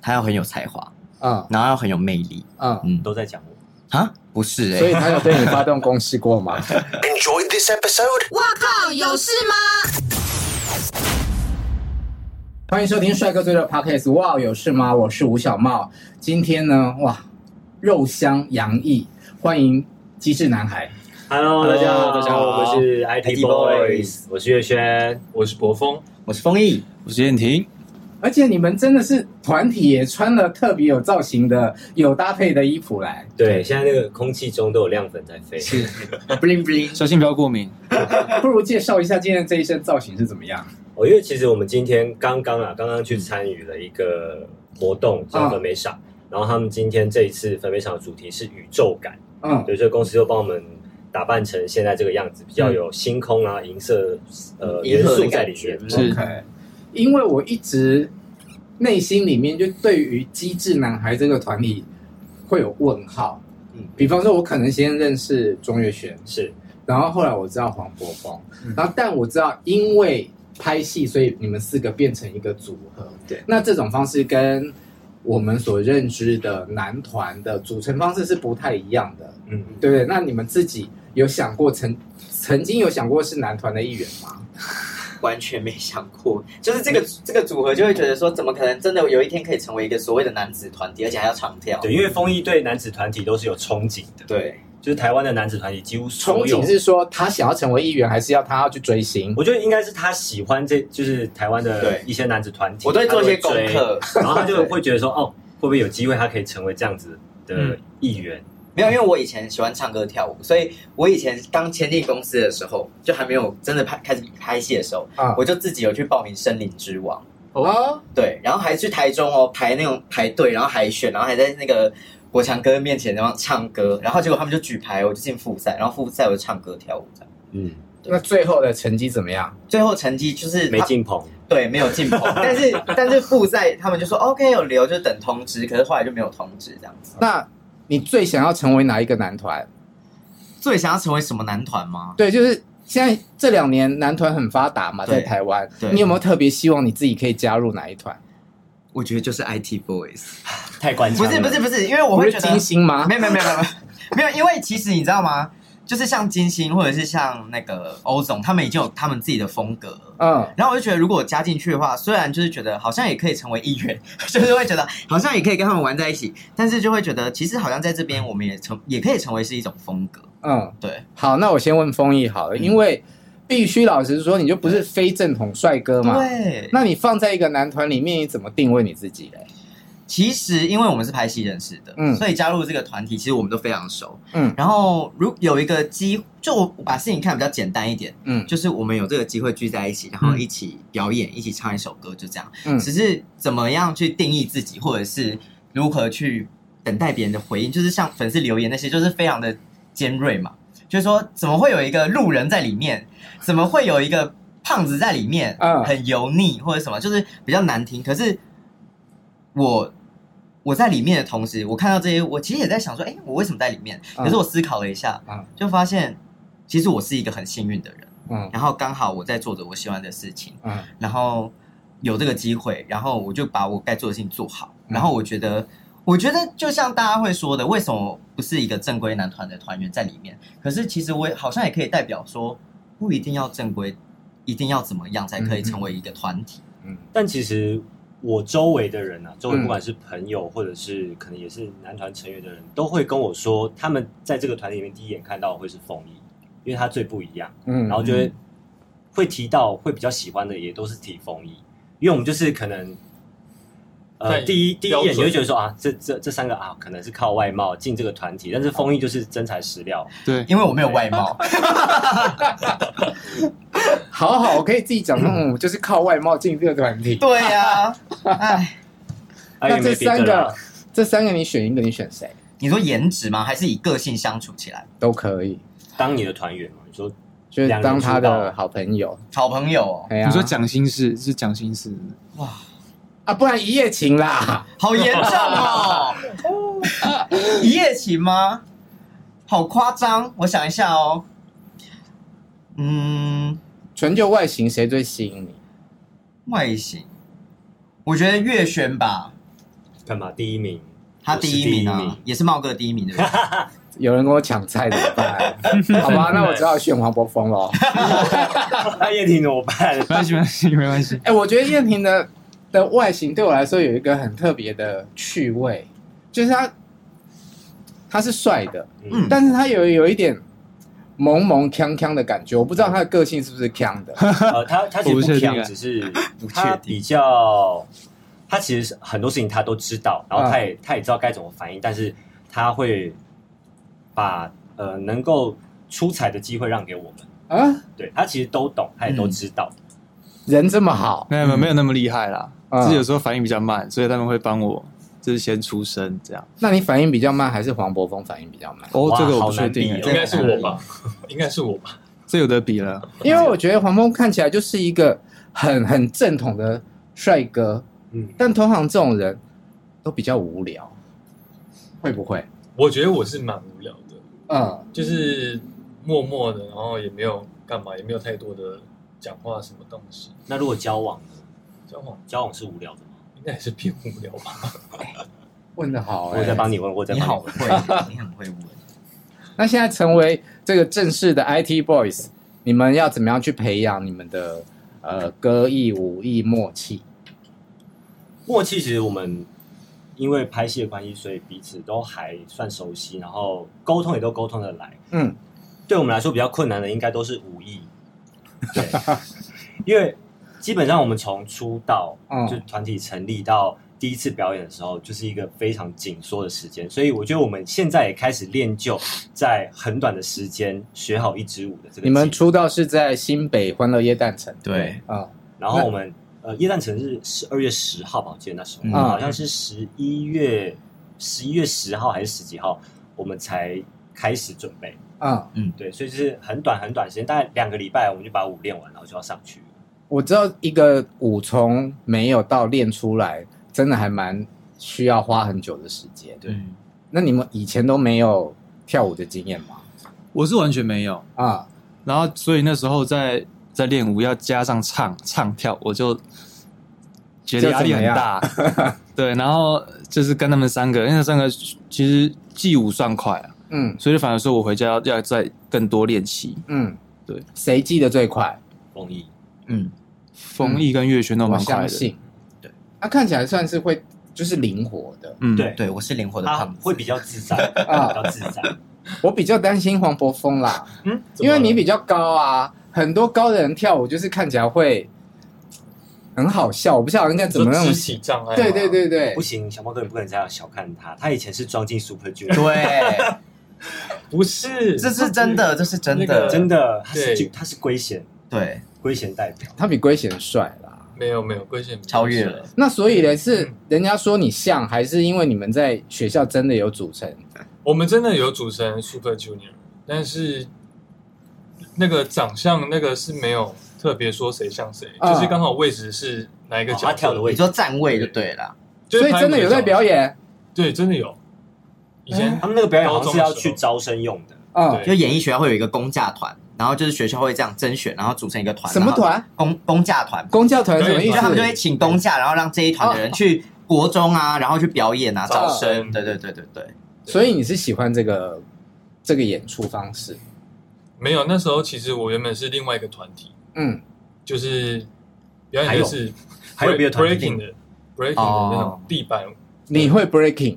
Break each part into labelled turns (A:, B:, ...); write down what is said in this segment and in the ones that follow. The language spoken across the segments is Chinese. A: 他要很有才华，
B: 嗯
A: 然后要很有魅力。
B: 嗯，
A: 嗯，
C: 都在讲我。
A: 啊，不是哎、
B: 所以他有对你发动攻势过吗？
D: Enjoyed this episode?
E: 哇靠，有事吗？
B: 欢迎收听《帅哥最热 Podcast》，哇，有事吗？我是吴小茂。今天呢，哇，肉香洋溢，欢迎机智男孩。
C: Hello，大家好，
F: 大家好
C: 我们是 IT
A: IT
C: Boys，我是月轩。
F: 我是博峰，
A: 我是丰毅，
F: 我是燕婷。
B: 而且你们真的是团体也穿了特别有造型的、有搭配的衣服来，
C: 对，现在那个空气中都有亮粉在飞。
B: bling bling。
F: 小 心不要过敏。
B: 不如介绍一下今天这一身造型是怎么样？
C: 哦，因为其实我们今天刚刚啊，刚刚去参与了一个活动，叫粉美赏。然后他们今天这一次粉美赏的主题是宇宙感，
B: 嗯
C: 对，所以公司就帮我们打扮成现在这个样子，比较有星空啊、银色呃
A: 银
C: 元
A: 河的
C: 素在里
A: 感觉。
C: 面
F: 是
B: ，OK。因为我一直内心里面就对于机智男孩这个团体会有问号。
A: 嗯
B: 比方说，我可能先认识钟岳轩，
C: 是
B: 然后后来我知道黄渤峰，然后但我知道因为拍戏，所以你们四个变成一个组合。
A: 对，
B: 那这种方式跟我们所认知的男团的组成方式是不太一样的，
C: 嗯，
B: 对不对？那你们自己有想过曾曾经有想过是男团的一员吗？
A: 完全没想过，就是这个这个组合就会觉得说，怎么可能真的有一天可以成为一个所谓的男子团体，而且还要唱跳？
C: 对，因为风衣对男子团体都是有憧憬的，
A: 对，
C: 就是台湾的男子团体几乎
B: 憧
C: 所有
B: 憬是说他想要成为一员，还是要他要去追星？
C: 我觉得应该是他喜欢这，就是台湾的
A: 对
C: 一些男子团体，
A: 我都会做一些功
C: 他
A: 课，
C: 都会追，然后他 就会觉得说，哦，会不会有机会他可以成为这样子的
F: 嗯
C: 议员？
A: 没有，因为我以前喜欢唱歌跳舞，所以我以前刚签进公司的时候，就还没有真的拍开始拍戏的时候，
B: 啊
A: 我就自己有去报名《森林之王》。
B: 哦，
A: 对，然后还去台中哦排那种排队，然后海选，然后还在那个国强哥面前然后唱歌，然后结果他们就举牌，我就进复赛，然后复赛我就唱歌跳舞这样。
C: 嗯，
B: 那最后的成绩怎么样？
A: 最后成绩就是
C: 没
A: 他
C: 进棚，
A: 对，没有进棚，但是 但是复赛他们就说 OK 有留，就等通知，可是后来就没有通知这样子。
B: 那你最想要成为哪一个男团？
A: 最想要成为什么男团吗？
B: 对，就是现在这两年男团很发达嘛，
A: 对
B: 在台湾，
A: 对
B: 你有没有特别希望你自己可以加入哪一团？
A: 我觉得就是 IT boys，
C: 太关
A: 不是不是不是，因为我
B: 不
A: 会
B: 是
A: 觉得
B: 金星吗
A: 没？有没有没有没有没有，因为其实你知道吗？就是像金星或者是像那个欧总，他们已经有他们自己的风格了。
B: 嗯，
A: 然后我就觉得，如果我加进去的话，虽然就是觉得好像也可以成为议员， 就是会觉得好像也可以跟他们玩在一起，但是就会觉得其实好像在这边我们也成也可以成为是一种风格。
B: 嗯，
A: 对，
B: 好，那我先问丰毅好了，
A: 嗯
B: 因为必须老实说，你就不是非正统帅哥嘛。
A: 对，
B: 那你放在一个男团里面，你怎么定位你自己嘞？
A: 其实因为我们是拍戏认识的，
B: 嗯
A: 所以加入这个团体，其实我们都非常熟。
B: 嗯
A: 然后如有一个机，就我我把事情看比较简单一点，
B: 嗯
A: 就是我们有这个机会聚在一起，然后一起表演，一起唱一首歌，就这样。
B: 嗯
A: 只是怎么样去定义自己，或者是如何去等待别人的回应，就是像粉丝留言那些，就是非常的尖锐嘛。就是说，怎么会有一个路人在里面？怎么会有一个胖子在里面？
B: 嗯
A: 很油腻或者什么，就是比较难听。可是我我在里面的同时，我看到这些，我其实也在想说，哎、我为什么在里面？
B: 嗯
A: 可是我思考了一下，
B: 嗯
A: 就发现其实我是一个很幸运的人。
B: 嗯
A: 然后刚好我在做着我喜欢的事情，
B: 嗯
A: 然后有这个机会，然后我就把我该做的事情做好。然后我觉得，我觉得就像大家会说的，为什么不是一个正规男团的团员在里面？可是其实我也好像也可以代表说，不一定要正规，一定要怎么样才可以成为一个团体。
B: 嗯
C: 但其实我周围的人啊，周围
B: 嗯
C: 不管是朋友或者是可能也是男团成员的人，都会跟我说，他们在这个团体里面第一眼看到的会是凤仪，因为他最不一样。
B: 嗯
C: 然后就会会提到会比较喜欢的也都是提风衣，因为我们就是可能呃
E: 太
C: 第一第一
E: 标
C: 眼
E: 准
C: 你会觉得说啊，这这这三个啊可能是靠外貌进这个团体，但是风衣就是真材实料，
E: 对，
A: 因为我没有外貌，
B: 好好，我可以自己讲说，嗯，我就是靠外貌进这个团体。
A: 对呀、哎，
C: 啊
B: 那
C: 也没
B: 这
C: 别的
B: 三
C: 啦
B: 个，这三个你选一个，你选谁
A: 你说颜值吗？还是以个性相处起来？
B: 都可以，
C: 当你的团员嘛，你说
B: 就是
C: 两个
B: 当
C: 人
B: 他
C: 出道
B: 的好朋友。
A: 好朋友哦，
B: 哎呀，
E: 你说蒋心事是蒋心事，
B: 啊，不然一夜情啦。
A: 好严重哦！ 一夜情吗？好夸张！我想一下哦，嗯，
B: 纯就外形，谁最吸引你？
A: 外形，我觉得月轩吧，
C: 干嘛第一名，
A: 他
C: 我是
A: 第一名
C: 第一
A: 啊
C: 名，
A: 也是茂哥第一名对 不对？
B: 有人跟我抢菜怎么 办？好吧，那我只好选黄渤峰喽。
C: 那啊叶婷怎么办？
E: 没关系，没关系，没关系。
B: 哎、我觉得燕婷的的外形对我来说有一个很特别的趣味，就是他他是帅的，
C: 嗯，
B: 但是他有有一点萌萌锵锵的感觉，我不知道他的个性是不是锵的。
C: 呃，他他其实
E: 我不
C: 不
E: 确定
C: 强，
E: 啊
C: 只 是
A: 不确定
C: 他比较，他其实是很多事情他都知道，然
E: 啊
C: 后他也、他也知道该怎么反应，但是他会把呃能够出彩的机会让给我们。
B: 啊，
C: 对他其实都懂，他也
E: 嗯
C: 都知道。
B: 人这么好，
E: 没有没有没有那么厉害啦，
B: 嗯
E: 只是有时候反应比较慢，所以他们会帮我就是先出声这样。
B: 那你反应比较慢，还是黄渤峰反应比较慢？
E: 哦，
C: 哇
E: 这个我
C: 好
E: 不确
C: 难比
E: 定
C: 哦
E: 欸，
A: 对
E: 这
C: 应
E: 这个
C: 该是我 吧？
E: 应该是我吧？这有得比了，
B: 因为我觉得黄渤看起来就是一个很很正统的帅哥，
C: 嗯，
B: 但通常这种人都比较无聊，会不会？
F: 我觉得我是蛮无聊的，
B: 嗯，
F: 就是默默的，然后也没有干嘛，也没有太多的讲话什么东西。
C: 那如果交往呢？
F: 交往
C: 交往是无聊的吗？
F: 应该也是偏无聊吧？
B: 问的
E: 哦
B: 好、欸，
E: 哎
C: 我再帮你问，我再
A: 你
C: 帮
A: 好
C: 你问。
A: 会，你很会问。
B: 那现在成为这个正式的 IT boys，你们要怎么样去培养你们的呃歌艺、舞艺默契？
C: 默契其实我们因为拍戏的关系，所以彼此都还算熟悉，然后沟通也都沟通的来。
B: 嗯，
C: 对我们来说比较困难的，应该都是武 艺。对，因为基本上我们从出道，
B: 嗯
C: 就团体成立到第一次表演的时候，就是一个非常紧缩的时间，所以我觉得我们现在也开始练就，在很短的时间学好一支舞的这个
B: 你
C: 技能。
B: 们出道是在新北欢乐耶诞城
A: 对，
B: 啊、
C: 然后我们呃，耶诞城是十二月十号吧，我记得那时候、
A: 嗯
C: 好像是十一月十一月十号还是十几号，我们才开始准备。
B: 啊、
C: 对，所以就是很短很短的时间，大概两个礼拜我们就把舞练完，然后就要上去了。
B: 我知道一个舞从没有到练出来，真的还蛮需要花很久的时间。
A: 对，
B: 那你们以前都没有跳舞的经验吗？
E: 我是完全没有。
B: 啊、
E: 然后所以那时候在在练舞，要加上唱唱跳，我就觉得压力很大。对，然后就是跟他们三个，因为那三个其实技舞算快啊，
B: 嗯
E: 所以就反而说我回家要要再更多练习。
B: 嗯，
E: 对，
B: 谁记得最快？
C: 风衣
A: 嗯，
E: 风艺跟乐轩都
B: 我
E: 蛮快
B: 相
E: 的，
B: 信。对，他、看起来算是会，就是灵活的。
E: 嗯，
C: 对
A: 对我是灵活的
C: 他
A: 胖子，
C: 会比较 自在，
B: 啊
C: 比较自在。
B: 我比较担心黄渤峰啦，
F: 嗯，
B: 因为你比较高啊，很多高的人跳舞就是看起来会很好笑，我不晓得应该怎
F: 怎
B: 么
F: 么
B: 弄
F: 了。你说。肢体障碍？
B: 对对，对对
C: 不，行，小猫哥你不能这样小看他，他以前是装进 Super Junior，
A: 对，
F: 不是，
A: 这是真的，这是真的，
C: 真的，他是
F: 对
C: 他是龟贤
A: 对，
C: 龟贤代表。
B: 他比龟贤帅啦。
F: 没有没有，龟贤
A: 超越了。
B: 那所以呢，是
F: 嗯
B: 人家说你像，还是因为你们在学校真的有组成？
F: 我们真的有主持人 Super Junior，但是那个长相那个是没有特别说谁像谁，
B: 啊
F: 就是刚好位置是哪一个
C: 哦
F: 角色、
C: 他跳的位
A: 你
C: 置，
A: 说站位就对了，
F: 就是
B: 所以
F: 拍
B: 真的
F: 舞
B: 有在
F: 角
B: 表演，哎
F: 对，真的有。以前
C: 他们那个表演好像是要
F: 高中的时
C: 去
F: 候
C: 招生用的，
B: 嗯，
F: 对
A: 就演艺学校会有一个公价团，然后就是学校会这样甄选，然后组成一个团，
B: 什么
A: 然后
B: 团？
A: 公公价团，
B: 公教团什么意
A: 就
F: 对
B: 思
A: 是他们就会？请公假，然后让这一团的人去国中啊，然后去表演啊，招
F: 招
A: 生。
F: 生
A: 对对对对对，
B: 所以你是喜欢这个这个演出方式？
F: 没有，那时候其实我原本是另外一个团体，
B: 嗯
F: 就是表演就是
C: 还有还有别的团体哦
F: breaking 的 breaking 的那种地板，
B: 你会 breaking，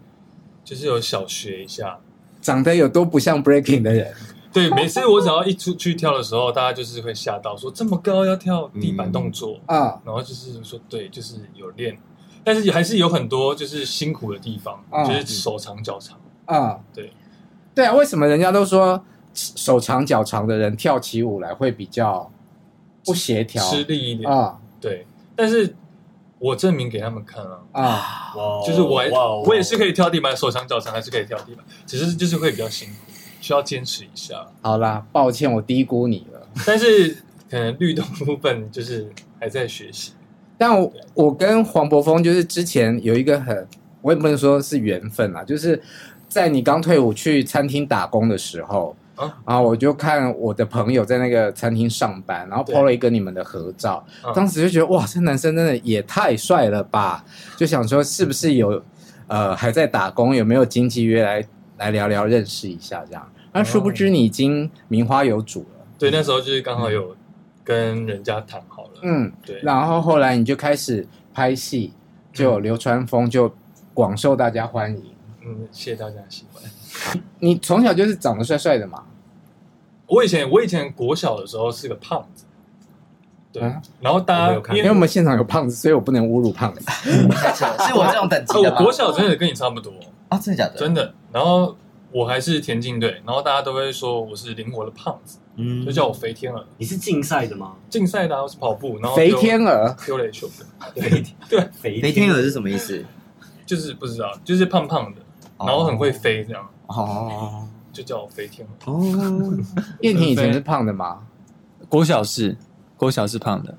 F: 就是有小学一下。
B: 长得有多不像 breaking 的人，
F: 对，每次我只要一出去跳的时候，大家就是会吓到，说这么高要跳地
C: 嗯
F: 板动作，
B: 啊
F: 然后就是说对，就是有练，但是还是有很多就是辛苦的地方，
B: 啊
F: 就是手长脚长。
B: 啊，
F: 对，
B: 对啊，为什么人家都说手长脚长的人跳起舞来会比较不协调
F: 吃力一点，
B: 啊
F: 对。但是我证明给他们看啊，
B: 啊
C: 哇
F: 就是我还
C: 哇哦
F: 我也是可以跳地板，手长脚长还是可以跳地板，只是就是会比较辛苦，需要坚持一下。
B: 好啦，抱歉，我低估你了。
F: 但是可能律动部分就是还在学习，
B: 但我我跟黄柏峰就是之前有一个很，我也不能说是缘分啦，就是在你刚退伍去餐厅打工的时候，
F: 啊
B: 啊，我就看我的朋友在那个餐厅上班，然后
F: 对
B: PO 了一个你们的合照
F: 嗯，
B: 当时就觉得哇，这男生真的也太帅了吧，就想说是不是有呃还在打工，有没有经纪约来来聊聊认识一下这样？而殊不知你已经名花有主了，
F: 对，那时候就是刚好
C: 嗯
F: 有跟人家谈好了，
B: 嗯。
F: 对，
B: 然后后来你就开始拍戏，就
A: 嗯
B: 流川枫就广受大家欢迎。
F: 嗯，谢谢大家喜欢。
B: 你从小就是长得帅帅的嘛，
F: 我以前我以前国小的时候是个胖子，对，
B: 啊
F: 然
C: 嗯
F: 后
C: 我
F: 大
C: 没有
F: 家
C: 看
F: 因
B: 因
F: 为
B: 为我们现场有胖子，所以我不能侮辱胖子。
A: 是我这种等
F: 啊
A: 级的
F: 我
A: 吗？
F: 国小真的跟你差不多，
A: 啊，真的假的？
F: 真的。然后我还是田径队，然后大家都会说我是灵活的胖子，
C: 嗯
F: 就叫我肥天鹅。
C: 你是竞赛的吗？
F: 竞赛的、啊、我是跑步，然后
B: 肥
F: 丢
B: 天鹅，
F: 丢垒球的，
C: 肥
F: 对
C: 肥
A: 肥天鹅是什么意思？
F: 就是不知道，就是胖胖的，然后很会飞这样，
A: 哦
F: 就叫我肥天鹅。
A: 哦，
B: 燕婷以前是胖的吗？
E: 国小是国小是胖的，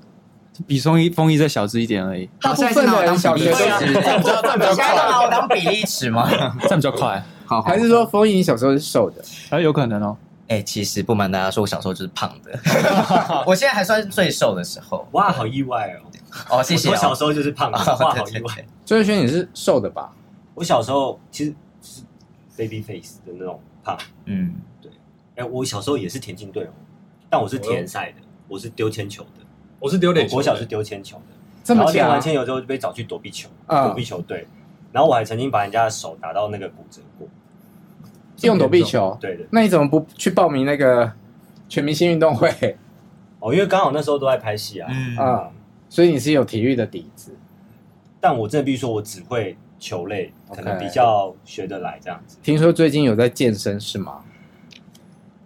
E: 比松一丰一再小只一点而已，
A: 哦
B: 大部分的人小学
A: 对啊，
B: 都
A: 现在都拿我当比例尺吗？
E: 这样比较快。
A: 好，
B: 还是说风影小时候是瘦的？
E: 哎，有可能哦。
A: 哎、其实不瞒大家说，我小时候就是胖的， 我现在还算是最瘦的时候。
C: 哇，好意外哦！
A: 哦，谢谢、
C: 我小
A: 哦。
C: 时候就是胖的，哇，好意外。
B: 周瑞轩也是瘦的吧？
C: 我小时候其实是 baby face 的那种胖。
A: 嗯，
C: 哎，我小时候也是田径队哦，但我是田赛的，我是丢铅球的。
F: 我是丢垒
C: 我
F: 球
C: 国
F: 的，
C: 小是丢铅球的，
B: 这么
C: 然后练
B: 强
C: 完铅球之后就被找去躲避球，
B: 嗯
C: 躲避球队。然后我还曾经把人家的手打到那个骨折过。
B: 用躲避球，
C: 对的，
B: 那你怎么不去报名那个全明星运动会？
C: 哦，因为刚好那时候都在拍戏啊。
A: 嗯
B: 啊，所以你是有体育的底子。
C: 但我真的必须说，我只会球类，可能
B: OK
C: 比较学得来这样子。
B: 听说最近有在健身是吗？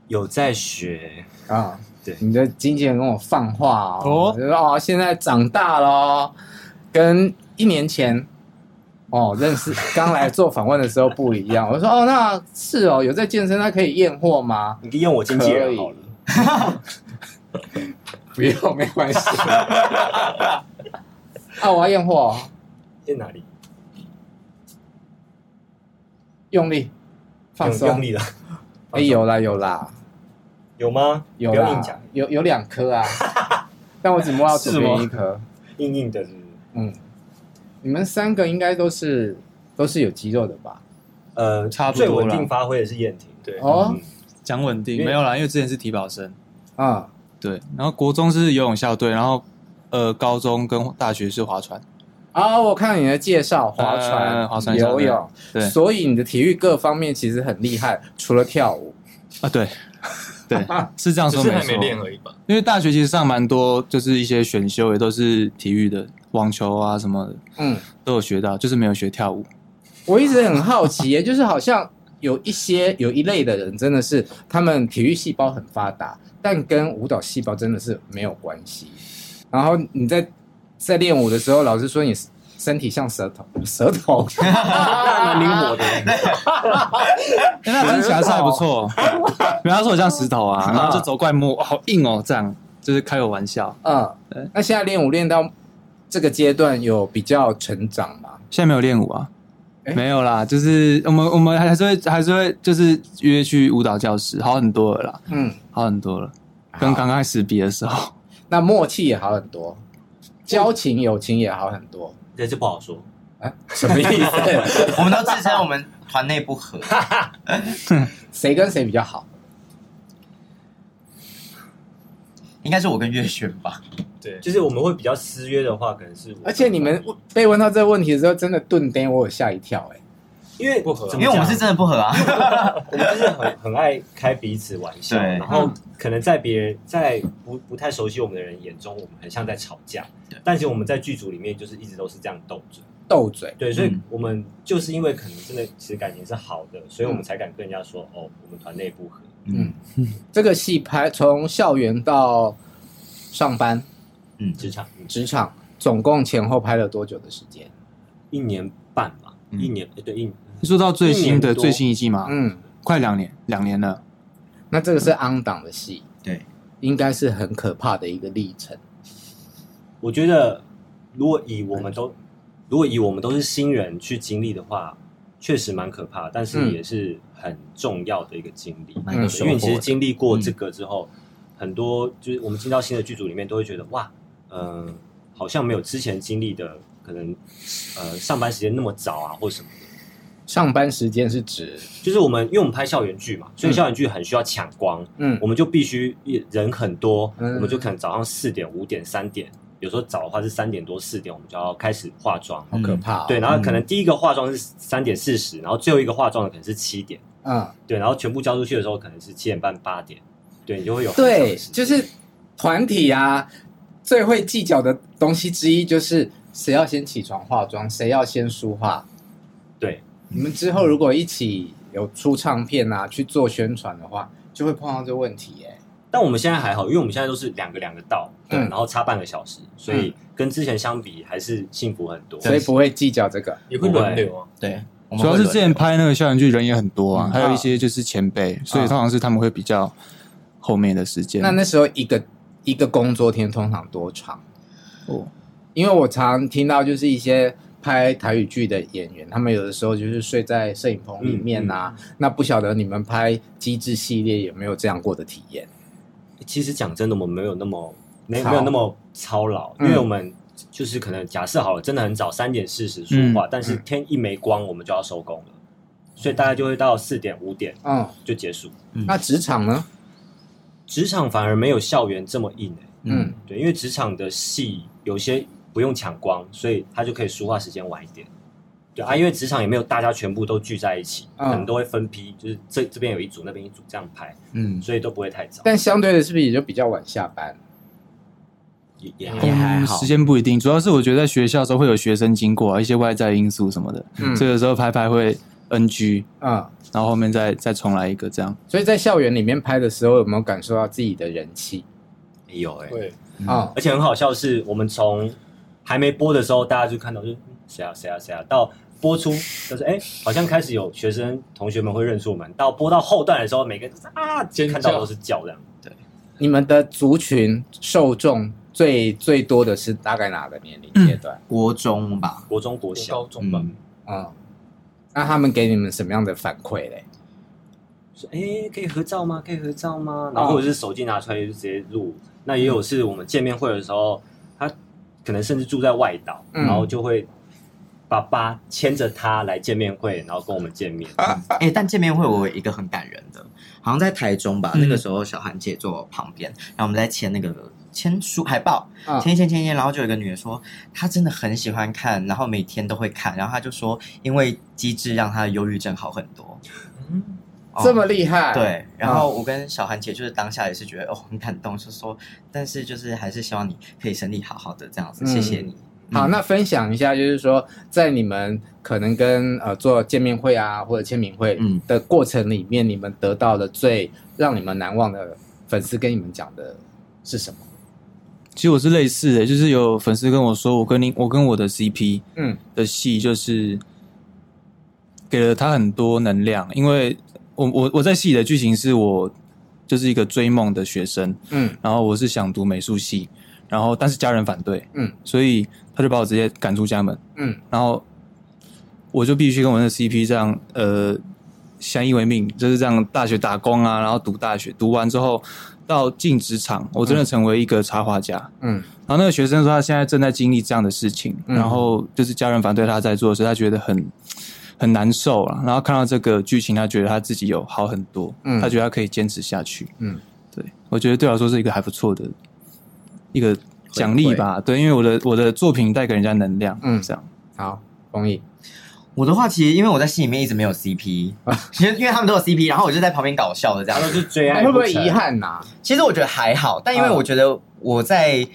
C: 有在学，
B: 啊，
C: 对
B: 你的经纪人跟我放话哦，
E: 哦
B: 就说哦，现在长大了哦，跟一年前哦认识 刚来做访问的时候不一样。我说哦，那是哦，有在健身，那可以验货吗？
C: 你用我经纪人好了。
B: 不用，没关系。 啊，我要验货、哦，
C: 在哪里？
B: 用力放
C: 用用
B: 松。
C: 力了，
B: 哎，有啦有啦
C: 有吗？
B: 有
C: 不要硬
B: 啦
C: 讲，，
B: 有有两颗啊，但我只摸到左
E: 是
B: 边
E: 吗
B: 一颗。
C: 硬硬的是不是
B: 嗯，你们三个应该都是都是有肌肉的吧？
C: 呃，
E: 差不多
C: 最
E: 啦
C: 稳定发挥的是燕婷，
F: 对，
B: 哦
C: 嗯，
E: 讲稳定
C: 因为
E: 没有啦，因为之前是体保生，
B: 啊、
E: 对，然后国中是游泳校队，然后呃高中跟大学是划船，
B: 啊、我看你的介绍，划船、
E: 呃划船
B: 游泳，
E: 对
B: 所以你的体育各方面其实很厉害，除了跳 舞。
E: 啊 对，对是这样
F: 只
E: 说
F: 是
E: 没
F: 还没
E: 错，
F: 练而已吧。
E: 因为大学其实上蛮多，就是一些选修也都是体育的，网球啊什么的
B: 嗯，
E: 都有学到，就是没有学跳舞。
B: 我一直很好奇耶，就是好像有一些有一类的人，真的是他们体育细胞很发达，但跟舞蹈细胞真的是没有关系。然后你在在练舞的时候，老师说你身体像舌头，舌头
C: 那蛮灵活的，
E: 哎、那听起来是还不 错。比方说我像石头啊，然后就走过来摸，哇好硬哦，这样就是开我玩笑。
B: 嗯，那现在练舞练到这个阶段，有比较成长吗？
E: 现在没有练舞啊，
B: 哎
E: 没有啦，就是我们我们还是会还是会就是约去舞蹈教室，好很多了啦，
B: 嗯，
E: 好很多了，跟刚开始比的时候，
B: 那默契也好很多，交情友情也好很多。
C: 这这不好说。
B: 啊，什么意 思？
A: 我们都自称我们团内不合，
B: 谁跟谁比较好？
A: 应该是我跟月轩吧？
F: 对，
C: 就是我们会比较私约的话，可能是我
B: 而且你们被问到这个问题的时候，真的顿呆，我有吓一跳哎、
C: 因为
F: 不合
C: 怎
A: 因
C: 么
A: 为我们
C: 讲
A: 是真的不合啊。
C: 我们就是很 很爱开彼此玩笑，
A: 对
C: 然后可能在别人在不不太熟悉我们的人眼中，我们很像在吵架，但是我们在剧组里面就是一直都是这样斗嘴，
B: 斗嘴，
C: 对，所以
A: 嗯
C: 我们就是因为可能真的其实感情是好的，所以我们才敢跟人家说哦，我们团内不合，
B: 嗯，这个戏拍从校园到上班、
A: 嗯，
C: 职场嗯
B: 职场，总共前后拍了多久的时间？
C: 一年半嘛，
A: 嗯
C: 一年呃对一
E: 你说到最新的
C: 一年多
E: 最新一季嘛，
B: 嗯，
E: 快两年，两年了。
B: 那这个是 on 档的戏，
A: 对，
B: 应该是很可怕的一个历程。
C: 我觉得，如果以我们都，如果以我们都是新人去经历的话，确实蛮可怕，但是
B: 嗯
C: 也是很重要的一个经历。
A: 蛮
B: 有
C: 对
A: 收获
C: 因
A: 嗯的
C: 为你其实经历过这个之后，很多就是我们进到新的剧组里面，都会觉得哇，嗯、好像没有之前经历的可能，呃，上班时间那么早啊，或什么的。
B: 上班时间是指，
C: 就是我们，因为我们拍校园剧嘛，所
B: 嗯
C: 以校园剧很需要抢光，
B: 嗯
C: 我们就必须人很多，
B: 嗯
C: 我们就可能早上四点、五点、三点，有时候早的话是三点多、四点，我们就要开始化妆。
B: 好可怕、哦
C: 对，，然后可能第一个化妆是三点四十，然后最后一个化妆的可能是七点，
B: 嗯，
C: 对，然后全部交出去的时候可能是七点半、八点，对你就会有很长
B: 对
C: 的，时间
B: 就是团体啊，最会计较的东西之一就是谁要先起床化妆，谁要先梳化。
C: 对，
B: 你们之后如果一起有出唱片啊，去做宣传的话，就会碰到这问题耶、
C: 但我们现在还好，因为我们现在都是两个两个到，对，
B: 嗯
C: 然后差半个小时，所以跟之前相比还是幸福很多。
B: 所以不会计较这个。
F: 也会轮流啊。
E: 对，
A: 我们
E: 主要
A: 会
E: 是
A: 轮
E: 之前拍那个校园剧人也很多啊，
B: 嗯
E: 还有一些就是前辈，所以通常是他们会比较后面的时间。
B: 那那时候一个一个工作天通常多长？
E: 哦，
B: 因为我常听到就是一些拍台语剧的演员，他们有的时候就是睡在摄影棚里面啊。那不晓得你们拍机智系列有没有这样过的体验？
C: 其实讲真的，我们没有那么没
B: 操
C: 没有那么操劳，因
B: 嗯
C: 为我们就是可能假设好了，真的很早，三点四十出
B: 嗯
C: 话，但是天一没光，我们就要收工了，所以大概就会到四点五点
B: 嗯，
C: 就结束。
B: 那职场呢？
C: 职场反而没有校园这么硬、欸、
B: 嗯，
C: 对，因为职场的戏有些不用抢光，所以他就可以说话时间晚一点。对啊，因为职场也没有大家全部都聚在一起，
B: 嗯
C: 可能都会分批，就是这这边有一组，那边一组这样排，
A: 嗯，
C: 所以都不会太早，
B: 但相对的，是不是也就比较晚下班？
C: 也也还
A: 也还
E: 嗯
A: 好
E: 时间不一定，主要是我觉得在学校的时候会有学生经过啊，一些外在因素什么的，
B: 嗯
E: 所以有时候拍拍会 NG，
B: 嗯，
E: 然后后面再再重来一个这样。
B: 所以在校园里面拍的时候，有没有感受到自己的人气？
C: 有哎、
F: 对，
A: 嗯
B: 啊、
C: 而且很好笑的是，我们从还没播的时候，大家就看到就是嗯谁啊谁啊谁啊，到播出就是哎、好像开始有学生同学们会认出我们。到播到后段的时候，每个人都是啊，
F: 尖叫
C: 看到都是叫这样。
B: 你们的族群受众最最多的是大概哪个年龄阶段？
A: 国中吧，
C: 国中、国
F: 我
C: 小
F: 高中吧，
A: 嗯
B: 嗯，那他们给你们什么样的反馈嘞？
C: 说哎、可以合照吗？可以合照
F: 哦
C: 吗？然后或者是手机拿出来就直接录。那也有是我们见面会的时候，他可能甚至住在外岛，
B: 嗯
C: 然后就会爸爸牵着他来见面会，然后跟我们见面。
B: 啊
A: 哎、但见面会我有一个很感人的，好像在台中吧，
E: 嗯
A: 那个时候小韩姐坐我旁边，然后我们在签那个签书海报，
B: 嗯
A: 签一签签一签，然后就有一个女的说，她真的很喜欢看，然后每天都会看，然后她就说，因为机制让她的忧郁症好很多，
F: 嗯，
A: 哦
B: 这么厉害？啊
A: 对，然后我跟小韩姐就是当下也是觉得哦很感动，就说，但是就是还是希望你可以身体好好的这样子，
B: 嗯
A: 谢谢你。
B: 好，
A: 嗯
B: 那分享一下，就是说，在你们可能跟呃做见面会啊，或者签名会
A: 嗯
B: 的过程里面，你们得到的最让你们难忘的粉丝跟你们讲的是什么？
E: 其实我是类似的，就是有粉丝跟我说，我跟你，我跟我的 CP
B: 嗯
E: 的戏就是给了他很多能量，因为我我我在戏里的剧情是我就是一个追梦的学生，
B: 嗯
E: 然后我是想读美术系，然后但是家人反对，
B: 嗯
E: 所以他就把我直接赶出家门，
B: 嗯
E: 然后我就必须跟我的 CP 这样呃相依为命，就是这样大学打工啊，然后读大学，读完之后到进职场，我真的成为一个插画家。
B: 嗯
E: 然后那个学生说他现在正在经历这样的事情，
B: 嗯
E: 然后就是家人反对他在做，所以他觉得很很难受了。然后看到这个剧情，他觉得他自己有好很多，
B: 嗯
E: 他觉得他可以坚持下去。
B: 嗯，
E: 对我觉得对我来说是一个还不错的一个奖励吧，对，因为我的我的作品带给人家能量，
B: 嗯
E: 嗯，这样。
B: 好，丰毅，
A: 我的话，其实因为我在戏里面一直没有 CP，其实因为他们都有 CP，然后我就在旁边搞笑的这样
C: 然后
A: 子。
C: 就追爱
B: 哎会不会
C: 成
B: 遗？憾呐？
A: 其实我觉得还好，但因为
B: 嗯
A: 我觉得我在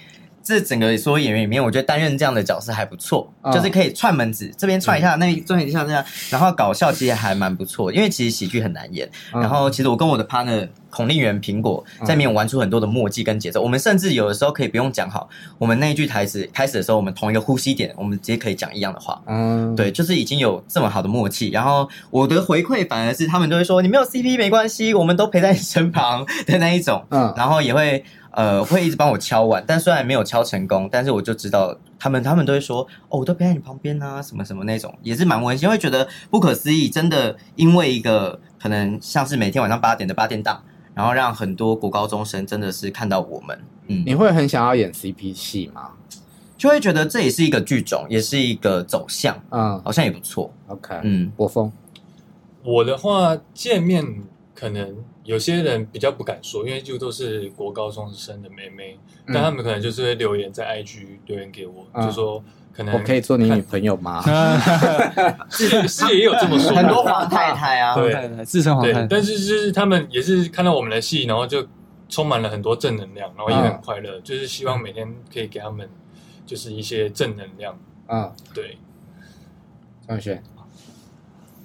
A: 这整个所有演员里面，我觉得担任这样的角色还不错，
B: 嗯
A: 就是可以串门子，这边串一下，那边串一下这样，然后搞笑其实还蛮不错，因为其实喜剧很难演。
B: 嗯
A: 然后其实我跟我的 partner 孔令元苹果在里面玩出很多的默契跟节奏，我们甚至有的时候可以不用讲好，我们那一句台词开始的时候，我们同一个呼吸点，我们直接可以讲一样的话。
B: 嗯，
A: 对，就是已经有这么好的默契。然后我的回馈反而是他们都会说你没有 CP 没关系，我们都陪在你身旁的那一种。
B: 嗯
A: 然后也会呃会一直帮我敲碗，但虽然没有敲成功，但是我就知道他们他们都会说哦，我都陪在你旁边啊，什么什么那种，也是蛮温馨，会觉得不可思议，真的因为一个可能像是每天晚上八点的八点档，然后让很多国高中生真的是看到我们，嗯，
B: 你会很想要演 CP 戏吗？
A: 就会觉得这也是一个剧种，也是一个走向，
B: 嗯
A: 好像也不错，
B: ，OK，
A: 嗯。
B: 国风，
F: 我的话，见面可能有些人比较不敢说，因为就都是国高中生的妹妹，
B: 嗯
F: 但他们可能就是会留言在 IG 留言给我，
B: 嗯
F: 就说可能
B: 我可以做你女朋友吗？
F: 嗯是是也有这么说，
A: 很多黄太太啊，
F: 对
E: 太太，自称好
F: 对
E: 太，太，
F: 但是就是他们也是看到我们的戏，然后就充满了很多正能量，然后也
A: 嗯
F: 很快乐，就是希望每天可以给他们就是一些正能量，
B: 嗯，
F: 对。
B: 张宇轩，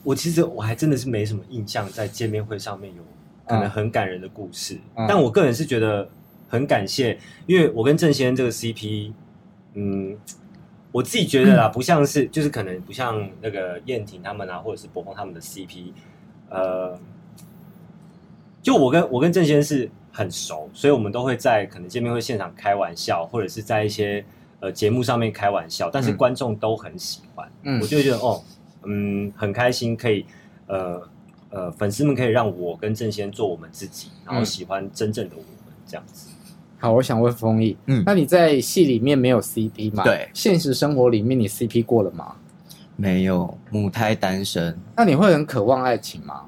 C: 我其实我还真的是没什么印象，在见面会上面有可能很感人的故事，
B: 嗯
C: 但我个人是觉得很感谢，因为我跟郑先生这个 CP，嗯，我自己觉得 啦，不像是就是可能不像那个燕婷他们啊，或者是博峰他们的 CP，呃，就我跟我跟郑先生是很熟，所以我们都会在可能见面会现场开玩笑，或者是在一些呃节目上面开玩笑，但是
B: 嗯
C: 观众都很喜欢，
B: 嗯
C: 我就觉得哦，嗯，很开心可以呃呃粉丝们可以让我跟郑先生做我们自己，然后
B: 嗯
C: 喜欢真正的我们这样子。
B: 好，我想问丰毅，
A: 嗯
B: 那你在戏里面没有 CP 吗？
A: 对
B: 现实生活里面你 CP 过了吗？
A: 没有母胎单身，
B: 那你会很渴望爱情吗？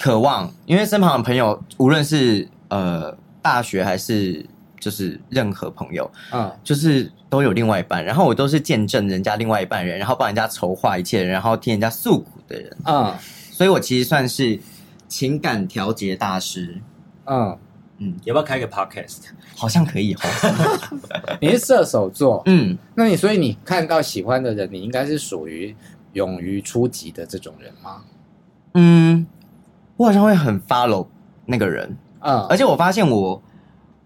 A: 渴望，因为身旁的朋友，无论是呃大学还是就是任何朋友，
B: 嗯，
A: 就是都有另外一半，然后我都是见证人家另外一半人，然后帮人家筹划一切人，然后替人家诉苦的人，
B: 嗯
A: 所以我其实算是情感调节大师，
B: 嗯，
C: 要不要开个 podcast？
A: 好像可以哦。
B: 你是射手座，
A: 嗯，
B: 那你所以你看到喜欢的人，你应该是属于勇于出击的这种人吗？
A: 嗯，我好像会很 follow 那个人，
B: 嗯，
A: 而且我发现我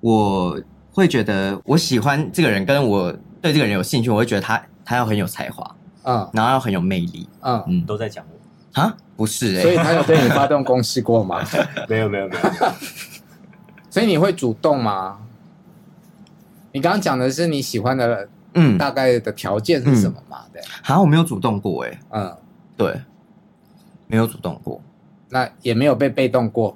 A: 我会觉得我喜欢这个人，跟我对这个人有兴趣，我会觉得他他要很有才华，
B: 嗯
A: 然后要很有魅力。
B: 嗯，
A: 嗯，
C: 都在讲我，
A: 啊，不是哎、
B: 所以他有对你发动攻势 过吗？
C: 没有没有没有，
B: 所以你会主动吗？你刚刚讲的是你喜欢的
A: 嗯，
B: 大概的条件是什么嘛？对，
A: 好，我没有主动过哎、
B: 嗯，
A: 对，没有主动过。
B: 那也没有被被动过，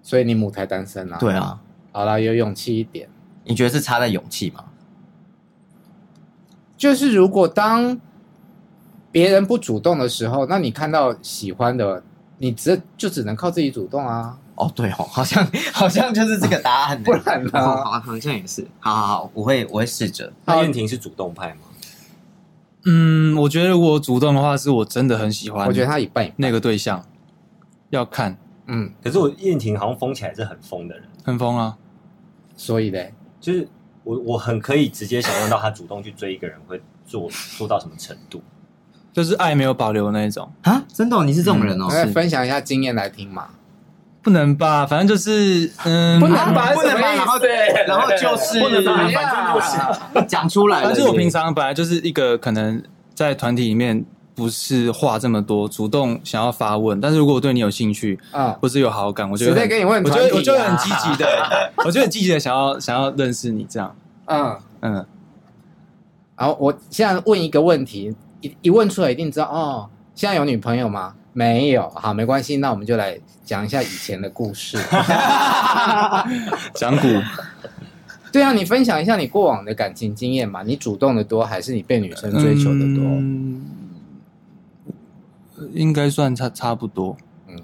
B: 所以你母胎单身啊。，
A: 对啊，
B: 好啦，有勇气一点。
A: 你觉得是差在勇气吗？
B: 就是如果当别人不主动的时候，那你看到喜欢的，你只就只能靠自己主动啊。
A: 哦，对哦， 好像好像就是这个答案、欸，
B: 不然呢
A: 好好好像也是。好好好，我会我会试着。
C: 那燕婷是主动派吗？
E: 嗯，我觉得如果主动的话，是我真的很喜欢，
B: 我觉得他一半一半，
E: 那个对象要看
B: 嗯，
C: 可是我燕婷好像疯起来是很疯的人，
E: 很疯啊，
B: 所以嘞，
C: 就是我我很可以直接想象到她主动去追一个人会做做到什么程度。
E: 就是爱没有保留那一种，
A: 啊，真的、哦，你是这种人哦？
B: 来分享一下经验来听嘛。
E: 不能吧？反正就是嗯，
B: 哎不能
A: 啊
B: 吧
A: 不能
B: 什么
A: 吧？
B: 意思
A: 然后然后就是
B: 不能哎吧
A: 反正就是讲出来了。
E: 反正我平常本来就是一个可能在团体里面不是话这么多，主动想要发问，但是如果我对你有兴趣
B: 嗯，
E: 或是有好感，我就会
B: 谁在
E: 很
B: 跟你问
E: 我就
B: 团体
E: 会
B: 啊
E: 我就会很积极的，我就很积极的想要想要认识你这样，
B: 嗯，
E: 嗯，
B: 然后我现在问一个问题，一一问出来一定知道哦。现在有女朋友吗？没有，好，没关系，那我们就来讲一下以前的故事。
E: 讲古。
B: 对啊，你分享一下你过往的感情经验嘛？你主动的多，还是你被女生 追求的多？
E: 嗯应该算差差不多。
B: 嗯
E: 嗯，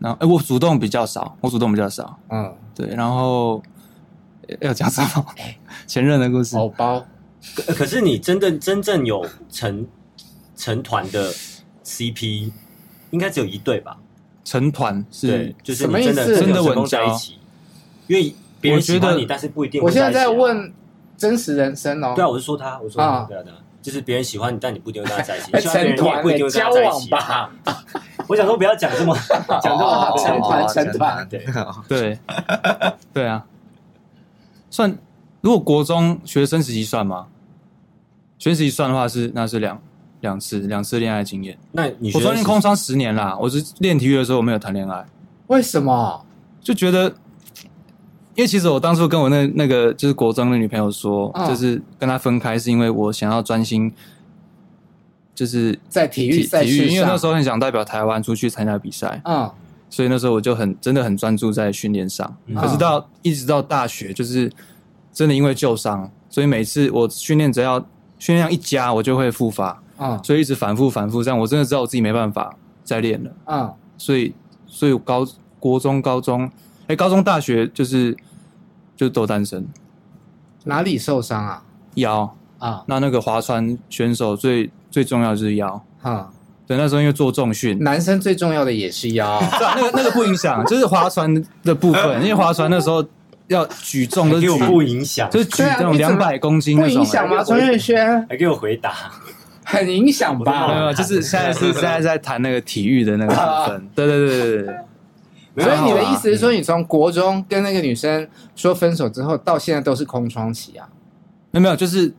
E: 然后哎、我主动比较少，我主动比较少。
B: 嗯
E: 对，然后要讲什么？
B: 哎
E: 前任的故事，
B: 偶包
C: 可可是你真正真正有成成团的 CP，应该只有一对吧？
E: 成团
C: 对
E: 是，
C: 就是
B: 什么
C: 你真的
B: 意思
C: 真的
E: 真的
C: 成
E: 稳
C: 功在一
E: 交
C: 起，因为别人
E: 我觉
C: 喜欢
E: 得
C: 你，但是不一定会
B: 我现在
C: 在一
B: 在
C: 起啊
B: 问真实人生哦，
C: 对啊，我是说他，我说他
B: 啊
C: 对啊对啊，就是别人喜欢你，但你不一定会跟他在 一起，
B: 哎，
C: 你喜欢
B: 成
C: 别人你也
B: 团
C: 不一定
B: 欸
C: 会跟
B: 交
C: 他在一
B: 往
C: 起啊。
B: 吧，
C: 我想说不要讲 这么讲这么啊
B: 哦成团
E: 哦
B: 成团，
C: 对，
E: 对， 对啊，算如果国中学生时期算吗？学生时期算的话是那是两两次两次恋爱经验。
C: 那你觉
E: 我
C: 得
E: 中间空窗十年啦，我是练体育的时候我没有谈恋爱，
B: 为什么？
E: 就觉得，因为其实我当初跟我那那个就是国中的女朋友说，
B: 嗯
E: 就是跟她分开是因为我想要专心，就是
B: 在体育赛
E: 体
B: 事
E: 育，
B: 上，
E: 因为那时候很想代表台湾出去参加比赛，
B: 嗯，
E: 所以那时候我就很真的很专注在训练上。
C: 嗯
E: 可是到一直到大学，就是真的因为旧伤，所以每次我训练只要训练量一加，我就会复发，
B: 嗯
E: 所以一直反复反复这样，我真的知道我自己没办法再练了。
B: 嗯
E: 所以，所以我高国中、高中，哎、高中、大学就是就都单身。
B: 哪里受伤啊？
E: 腰，
B: 啊
E: 那那个划船选手最最重要的就是腰。
B: 哈，
E: 对，那时候因为做重训，
B: 男生最重要的也是腰，
E: 对啊那个那个不影响，就是划船的部分，因为划船那时候要举重都
C: 还
E: 是
C: 给
E: 举
C: 我不影响，
E: 就是举
B: 对啊
E: 那种
B: 你怎
E: 两
B: 么
E: 百公斤
B: 不
E: 那种、
B: 影响吗？
C: 哎
B: 陈月轩
C: 还给我回答，
B: 很影响
E: 没有？没
B: 吧？
E: 有，就是现在是现在在谈那个体育的那个部
B: 啊
E: 分。对对对对对对，
C: 没有
B: 所
C: 啊
B: 以你的
C: 啦
B: 意思是说，你从国中跟那个女生说分手之后，到现在都是空窗期啊？
E: 没有没有，就是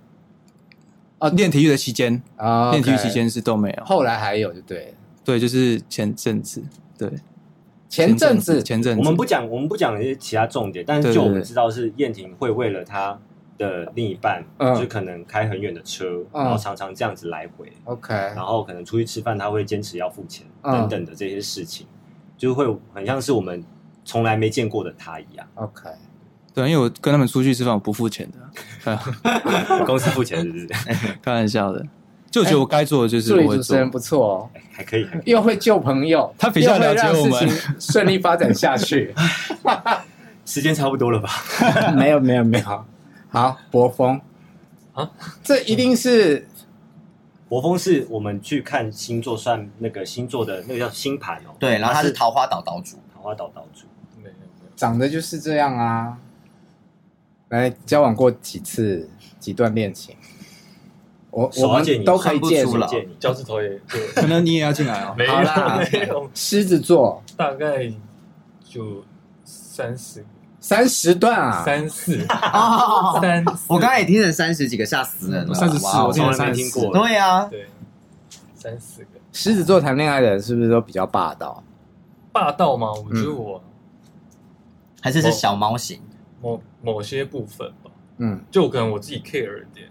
E: 啊，练体育的期间，
B: 啊，
E: 练体育期，间是都没有。
B: 后来还有就对了，
E: 对，就是前阵子，对，
B: 前阵子
E: 前阵子，
C: 我们不讲，我们不讲一些其他重点，但是
E: 对
C: 就
E: 对
C: 我们
E: 对
C: 知道是燕婷会为了她的另一半，
B: 嗯
C: 就是可能开很远的车，
B: 嗯
C: 然后常常这样子来回，
B: ，OK，
C: 然后可能出去吃饭，她会坚持要付钱
B: 嗯
C: 等等的这些事情，就会很像是我们从来没见过的她一样，
B: OK，
E: 对，因为我跟他们出去吃饭，我不付钱的，
C: 公司付钱是不是？
E: 开玩笑的。就觉得我该做的就是
B: 哎助
E: 我
B: 理
E: 会
B: 主持
E: 做，
B: 人不错哦，
C: 还可以，还可以
B: 又会救朋友，
E: 他比较
B: 又会
E: 了解
B: 让
E: 我们
B: 事情顺利发展下去。
C: 时间差不多了吧？
B: 没有没有没有，好，博峰
F: 啊，
B: 这一定是
C: 国风是我们去看星座，算那个星座的那个叫星盘哦，
A: 对，然后他是桃花岛岛主，
C: 桃花岛岛主，
F: 没有没有，
B: 长得就是这样啊。来，交往过几次几段恋情？我我
C: 手要借
B: 们
C: 你
B: 都可以借
A: 看不出
B: 你
A: 来。
C: 借你
F: 脚趾头也对，
E: 可能你也要进来哦。
F: 没有
B: 好啦
F: 没有，
B: 狮子座
F: 大概就三十
B: 三十段啊，
F: 三四
A: 哦
F: 三四，
A: 我刚才也听成三十几个，吓死人了，
E: 三十四，
A: 哇
E: 我
A: 哦
C: 从来
E: 听了
C: 没
E: 三
C: 听过
A: 对啊，
F: 对三四个
B: 狮子座谈恋爱的人是不是都比较霸道？
F: 霸道吗？
A: 嗯
F: 我觉得我
A: 还是是小猫型，
F: 某某些部分吧，
B: 嗯，
F: 就可能我自己 care 一点，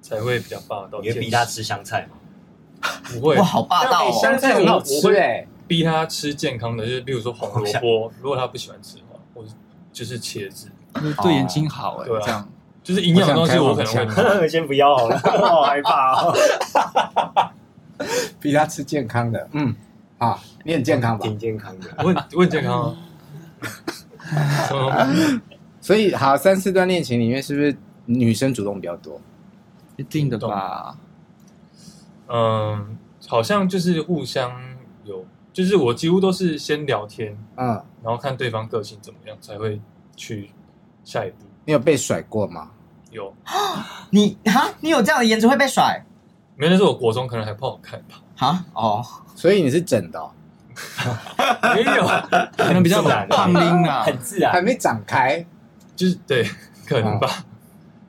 F: 才会比较霸道。
C: 你会逼他
F: 他
C: 吃香菜吗？
F: 不会
A: 哇，好霸道
F: 那
A: 哦
F: 哎！
B: 香菜很好吃哎，
F: 逼他吃健康的，就是比如说红萝卜，如果他不喜欢吃的话，我就是茄子，
E: 对眼睛
C: 哦
E: 好哎，
F: 对啊
E: 这样
F: 就是营养的东西我可
B: 我
F: 能
B: 想开
F: 会。
C: 先不要好了，我好害怕哦。
B: 比他吃健康的，嗯，啊，你很健康吧？
C: 挺健康的。
F: 我很我很健康啊。嗯什么
B: 所以好，三四段恋情里面是不是女生主动比较多？
E: 一定的吧？
F: 嗯，好像就是互相有，就是我几乎都是先聊天，
B: 嗯，
F: 然后看对方个性怎么样，才会去下一步。
B: 你有被甩过吗？
F: 有，
A: 你哈，你有这样的颜值会被甩
F: 没有那是我国中可能还不好看吧，
A: 哈？哦，
B: 所以你是整的、哦，
F: 没有，
E: 可能比较
C: 自然
E: 胖丁啊，
C: 很自
B: 还
C: 然。
B: 没长开。
F: 就是对， 可能吧。
B: 啊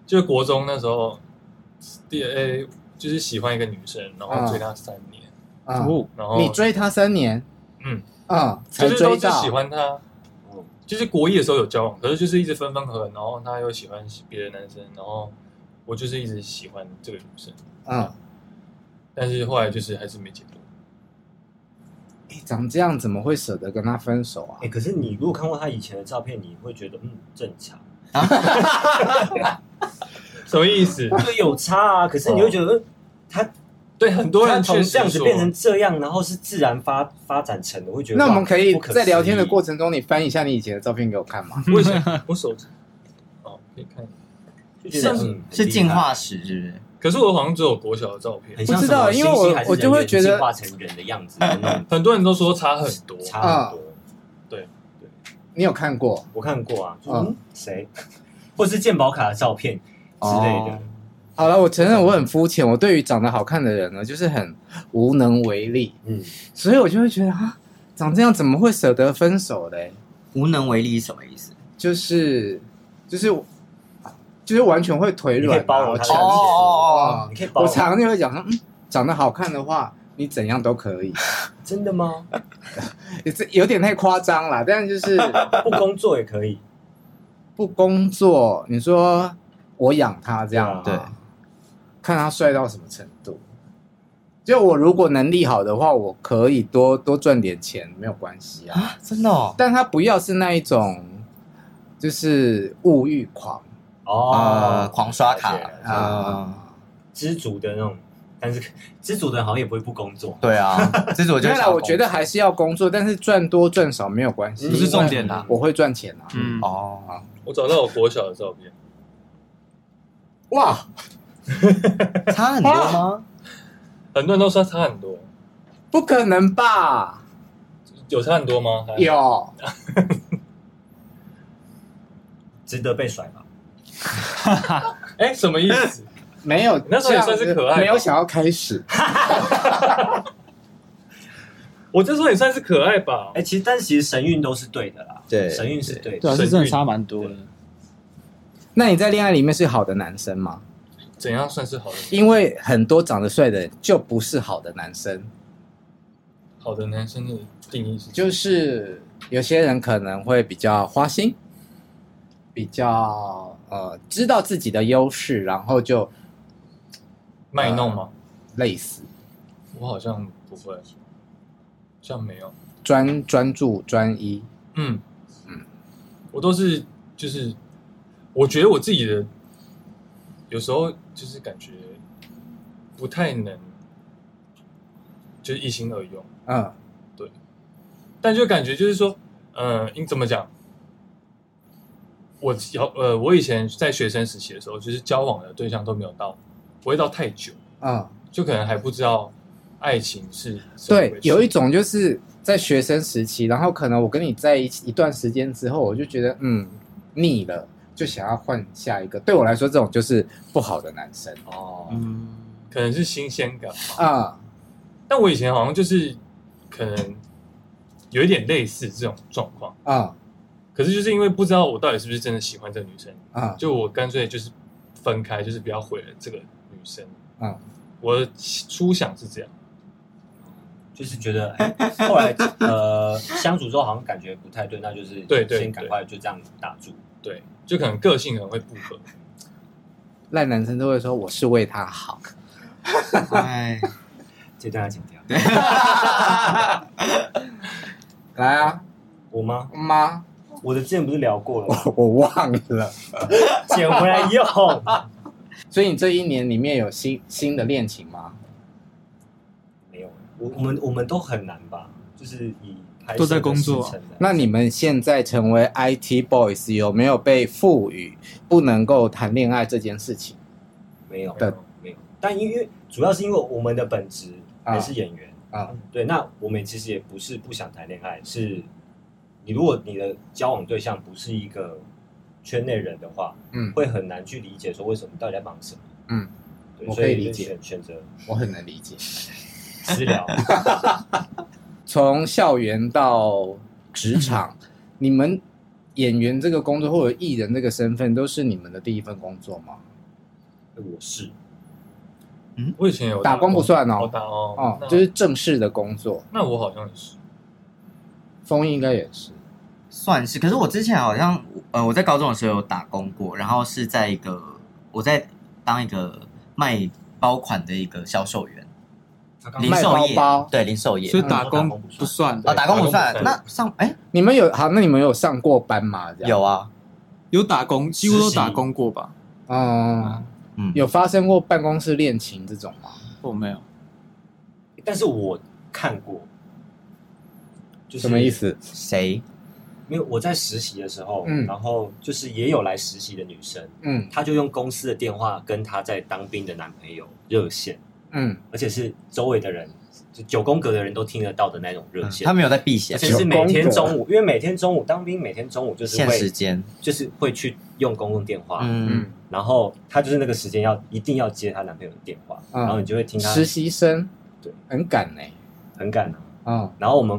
F: 就是国中那时候，第呃，就是喜欢一个女生，然后追她三年，
B: 嗯，
F: 然后
B: 啊你追他三年，
F: 哦嗯，
B: 嗯，才
F: 就是都
B: 追
F: 是
B: 到。
F: 喜欢她。就是国一的时候有交往，可是就是一直分分合合，然后她又喜欢别的男生，然后我就是一直喜欢这个女生，
B: 嗯，
F: 但是后来就是还是没结果。
B: 诶长这样怎么会舍得跟他分手啊
C: 哎、？可是你如果看过他以前的照片，你会觉得嗯正常，
F: 什么 意思？
C: 对，有差啊。可是你会觉得、呃他
F: 对很多人
C: 他从
F: 确实
C: 这样子
F: 说
C: 变成这样，然后是自然发发展成的，会觉得
B: 那我们可以在聊天的过
C: 程，
B: 程中，你翻一下你以前的照片给我看吗？
F: 为什么？我手哦可以看。
C: 就觉得
F: 是
C: 嗯
A: 是
C: 很厉
A: 进
C: 害
A: 化史是不是？
F: 可是我好像只有国小的照
C: 很
F: 片，
C: 像
B: 不知
C: 什么
B: 道因为
C: 猩猩
B: 我
C: 还是
B: 我就会
C: 人
B: 觉得
C: 进化成人的样子的 那种
F: 很多人都说差很多。
B: 啊
C: 差很多。
B: 你有看过？
C: 我看过啊，就
B: 嗯
C: 嗯，谁， 或是健保卡的照片之类的
B: 哦。好了，我承认我很肤浅，我对于长得好看的人呢，就是很无能为力，
C: 嗯，
B: 所以我就会觉得啊，长这样怎么会舍得分手嘞？
A: 无能为力是什么意思？
B: 就是就是就是完全会腿
C: 你可以
B: 软，啊
C: 包容
B: 然后
C: 他
B: 强
C: 的
B: 烈
A: 哦
C: 你可以包
B: 我
C: 容
B: 常常就会讲说，嗯，长得好看的话，你怎样都可以，
C: 真的吗？
B: 这有点太夸张啦，但就是
C: 不工作也可以，
B: 不工作，你说我养他这样，
C: 对啊
B: 看他帅到什么程度。就我如果能力好的话，我可以多多赚点钱，没有关系啊。
A: 啊，真的哦，
B: 但他不要是那一种，就是物欲狂
A: 呃
C: 哦，
A: 狂刷卡嗯
C: 了解了解
B: 啊、
C: 知足的那种，但是 知足的人好像也不会不工作，
A: 对啊，这是我觉
B: 当
A: 得
B: 然，我觉得还是要工作，但是赚多赚少没有关系，
E: 不是重点啦
B: 因为我会赚钱啊。
E: 嗯，
A: 哦，
F: 我找到我国小的照片，
B: 哇，
A: 差很多吗？
F: 很多人都说差很多，
B: 不可能吧？
F: 有差很多吗？还好，
B: 有，
C: 值得被甩吧？
F: 哎，什么意思？
B: 没有？
F: 那时候也算是可爱吧
B: 没有想要开始。
F: 我这说也算是可爱吧
C: 哎，。其实但其实神韵都是对的啦，
A: 对
C: 神韵是对
E: 对
C: 的，
E: 啊，是真的差蛮多的。
B: 那你在恋爱里面是好的男生吗？
F: 怎样算是好的？
B: 因为很多长得帅的人就不是好的男生，
F: 好的男生的定义是
B: 就是有些人可能会比较花心，比较呃知道自己的优势，然后就
F: 卖弄吗？
B: 类似
F: 我好像不会，好像没有。
B: 专专注专一。
F: 嗯，我都是就是，我觉得我自己的有时候就是感觉不太能，就是一心二用，
B: 嗯，
F: 但就感觉就是说，呃，你怎么讲？我有呃，我以前在学生时期的时候，就是交往的对象都没有到，不会到太久，
B: 嗯，
F: 就可能还不知道爱情是什么
B: 对
F: 回，事
B: 有一种就是在学生时期，然后可能我跟你在一起一段时间之后，我就觉得嗯腻了，就想要换下一个。对我来说，这种就是不好的男生。
C: 哦，
A: 嗯，
F: 可能是新鲜感吧。
B: 啊、
F: 但我以前好像就是可能有一点类似这种状况，
B: 啊
F: 可是就是因为不知道我到底是不是真的喜欢这个女生，
B: 啊
F: 就我干脆就是分开，就是不要毁了这个女生。
B: 啊！
F: 我的初想是这样，
C: 就是觉得哎后来呃相处之后好像感觉不太对，那就是
F: 对对
C: 先赶快就这样打住，
F: 对，就可能个性可能会不合，
B: 赖男生都会说我是为他好，
A: 哎，
C: 这段要剪掉。
B: 来啊，
C: 我吗？
B: 妈，
C: 我的之前不是聊过了吗，
B: 我我忘了。
C: 剪回来用。
B: 所以你这一年里面有新新的恋情吗？
C: 没有，我我们我们都很难吧，就是以拍摄
E: 都在工作
C: 的时程来
B: 那你们现在成为 IT boys 有没有被赋予不能够谈恋爱这件事情？
C: 没有
B: 对
C: 没有，但因为主要是因为我们的本职还是演员
B: 啊，
C: 对，那我们其实也不是不想谈恋爱，是你如果你的交往对象不是一个圈内人的话，
B: 嗯，
C: 会很难去理解说为什么你到底在忙什么，
B: 嗯，
C: 对，
B: 我
C: 所
B: 可以
C: 就
B: 理解
C: 选选择
B: 我很能理解。
C: 私聊，
B: 从校园到职场， 你们演员这个工作或者艺人这个身份，都是你们的第一份工作吗？
C: 我是
F: 我以前有
B: 打工不算哦
F: 我打哦，
B: 哦，
F: 那
B: 就是正式的工作。
F: 那我好像也是，
B: 风应该也是，
A: 算是。可是我之前好像，呃，我在高中的时候有打工过，然后是在一个我在当一个卖包款的一个销售员，
C: 他刚
A: 零
B: 卖
A: 售业，
B: 包包
A: 对零售业
E: 所以。打工不算，
A: 哦，打工不算
F: 打。工不算
A: 那上哎、
B: 你们有好？那你们有上过班吗？这样
A: 有啊，
E: 有打工，几乎都打工过吧？
B: 嗯，
A: 嗯，
B: 有发生过办公室恋情这种吗？
E: 我没有，
C: 但是我看过，就是
B: 什么意？思？
A: 谁？
C: 因为我在实习的时候，
B: 嗯
C: 然后就是也有来实习的女生，
B: 嗯
C: 她就用公司的电话跟她在当兵的男朋友热线，
B: 嗯，
C: 而且是周围的人，就九宫格的人都听得到的那种热线。
A: 嗯他们有在避
C: 而
A: 嫌
C: 且，是每天
B: 嗯九宫格
C: 中午，因为每天中午当兵，每天中午就是
A: 限时
C: 会
A: 间，
C: 就是会去用公共电话，
A: 嗯，
C: 然后她就是那个时间要一定要接她男朋友的电话，
B: 嗯
C: 然后你就会听她
B: 实习生
C: 对
B: 很赶呢、
C: 很赶啊。
B: 哦，
C: 然后我们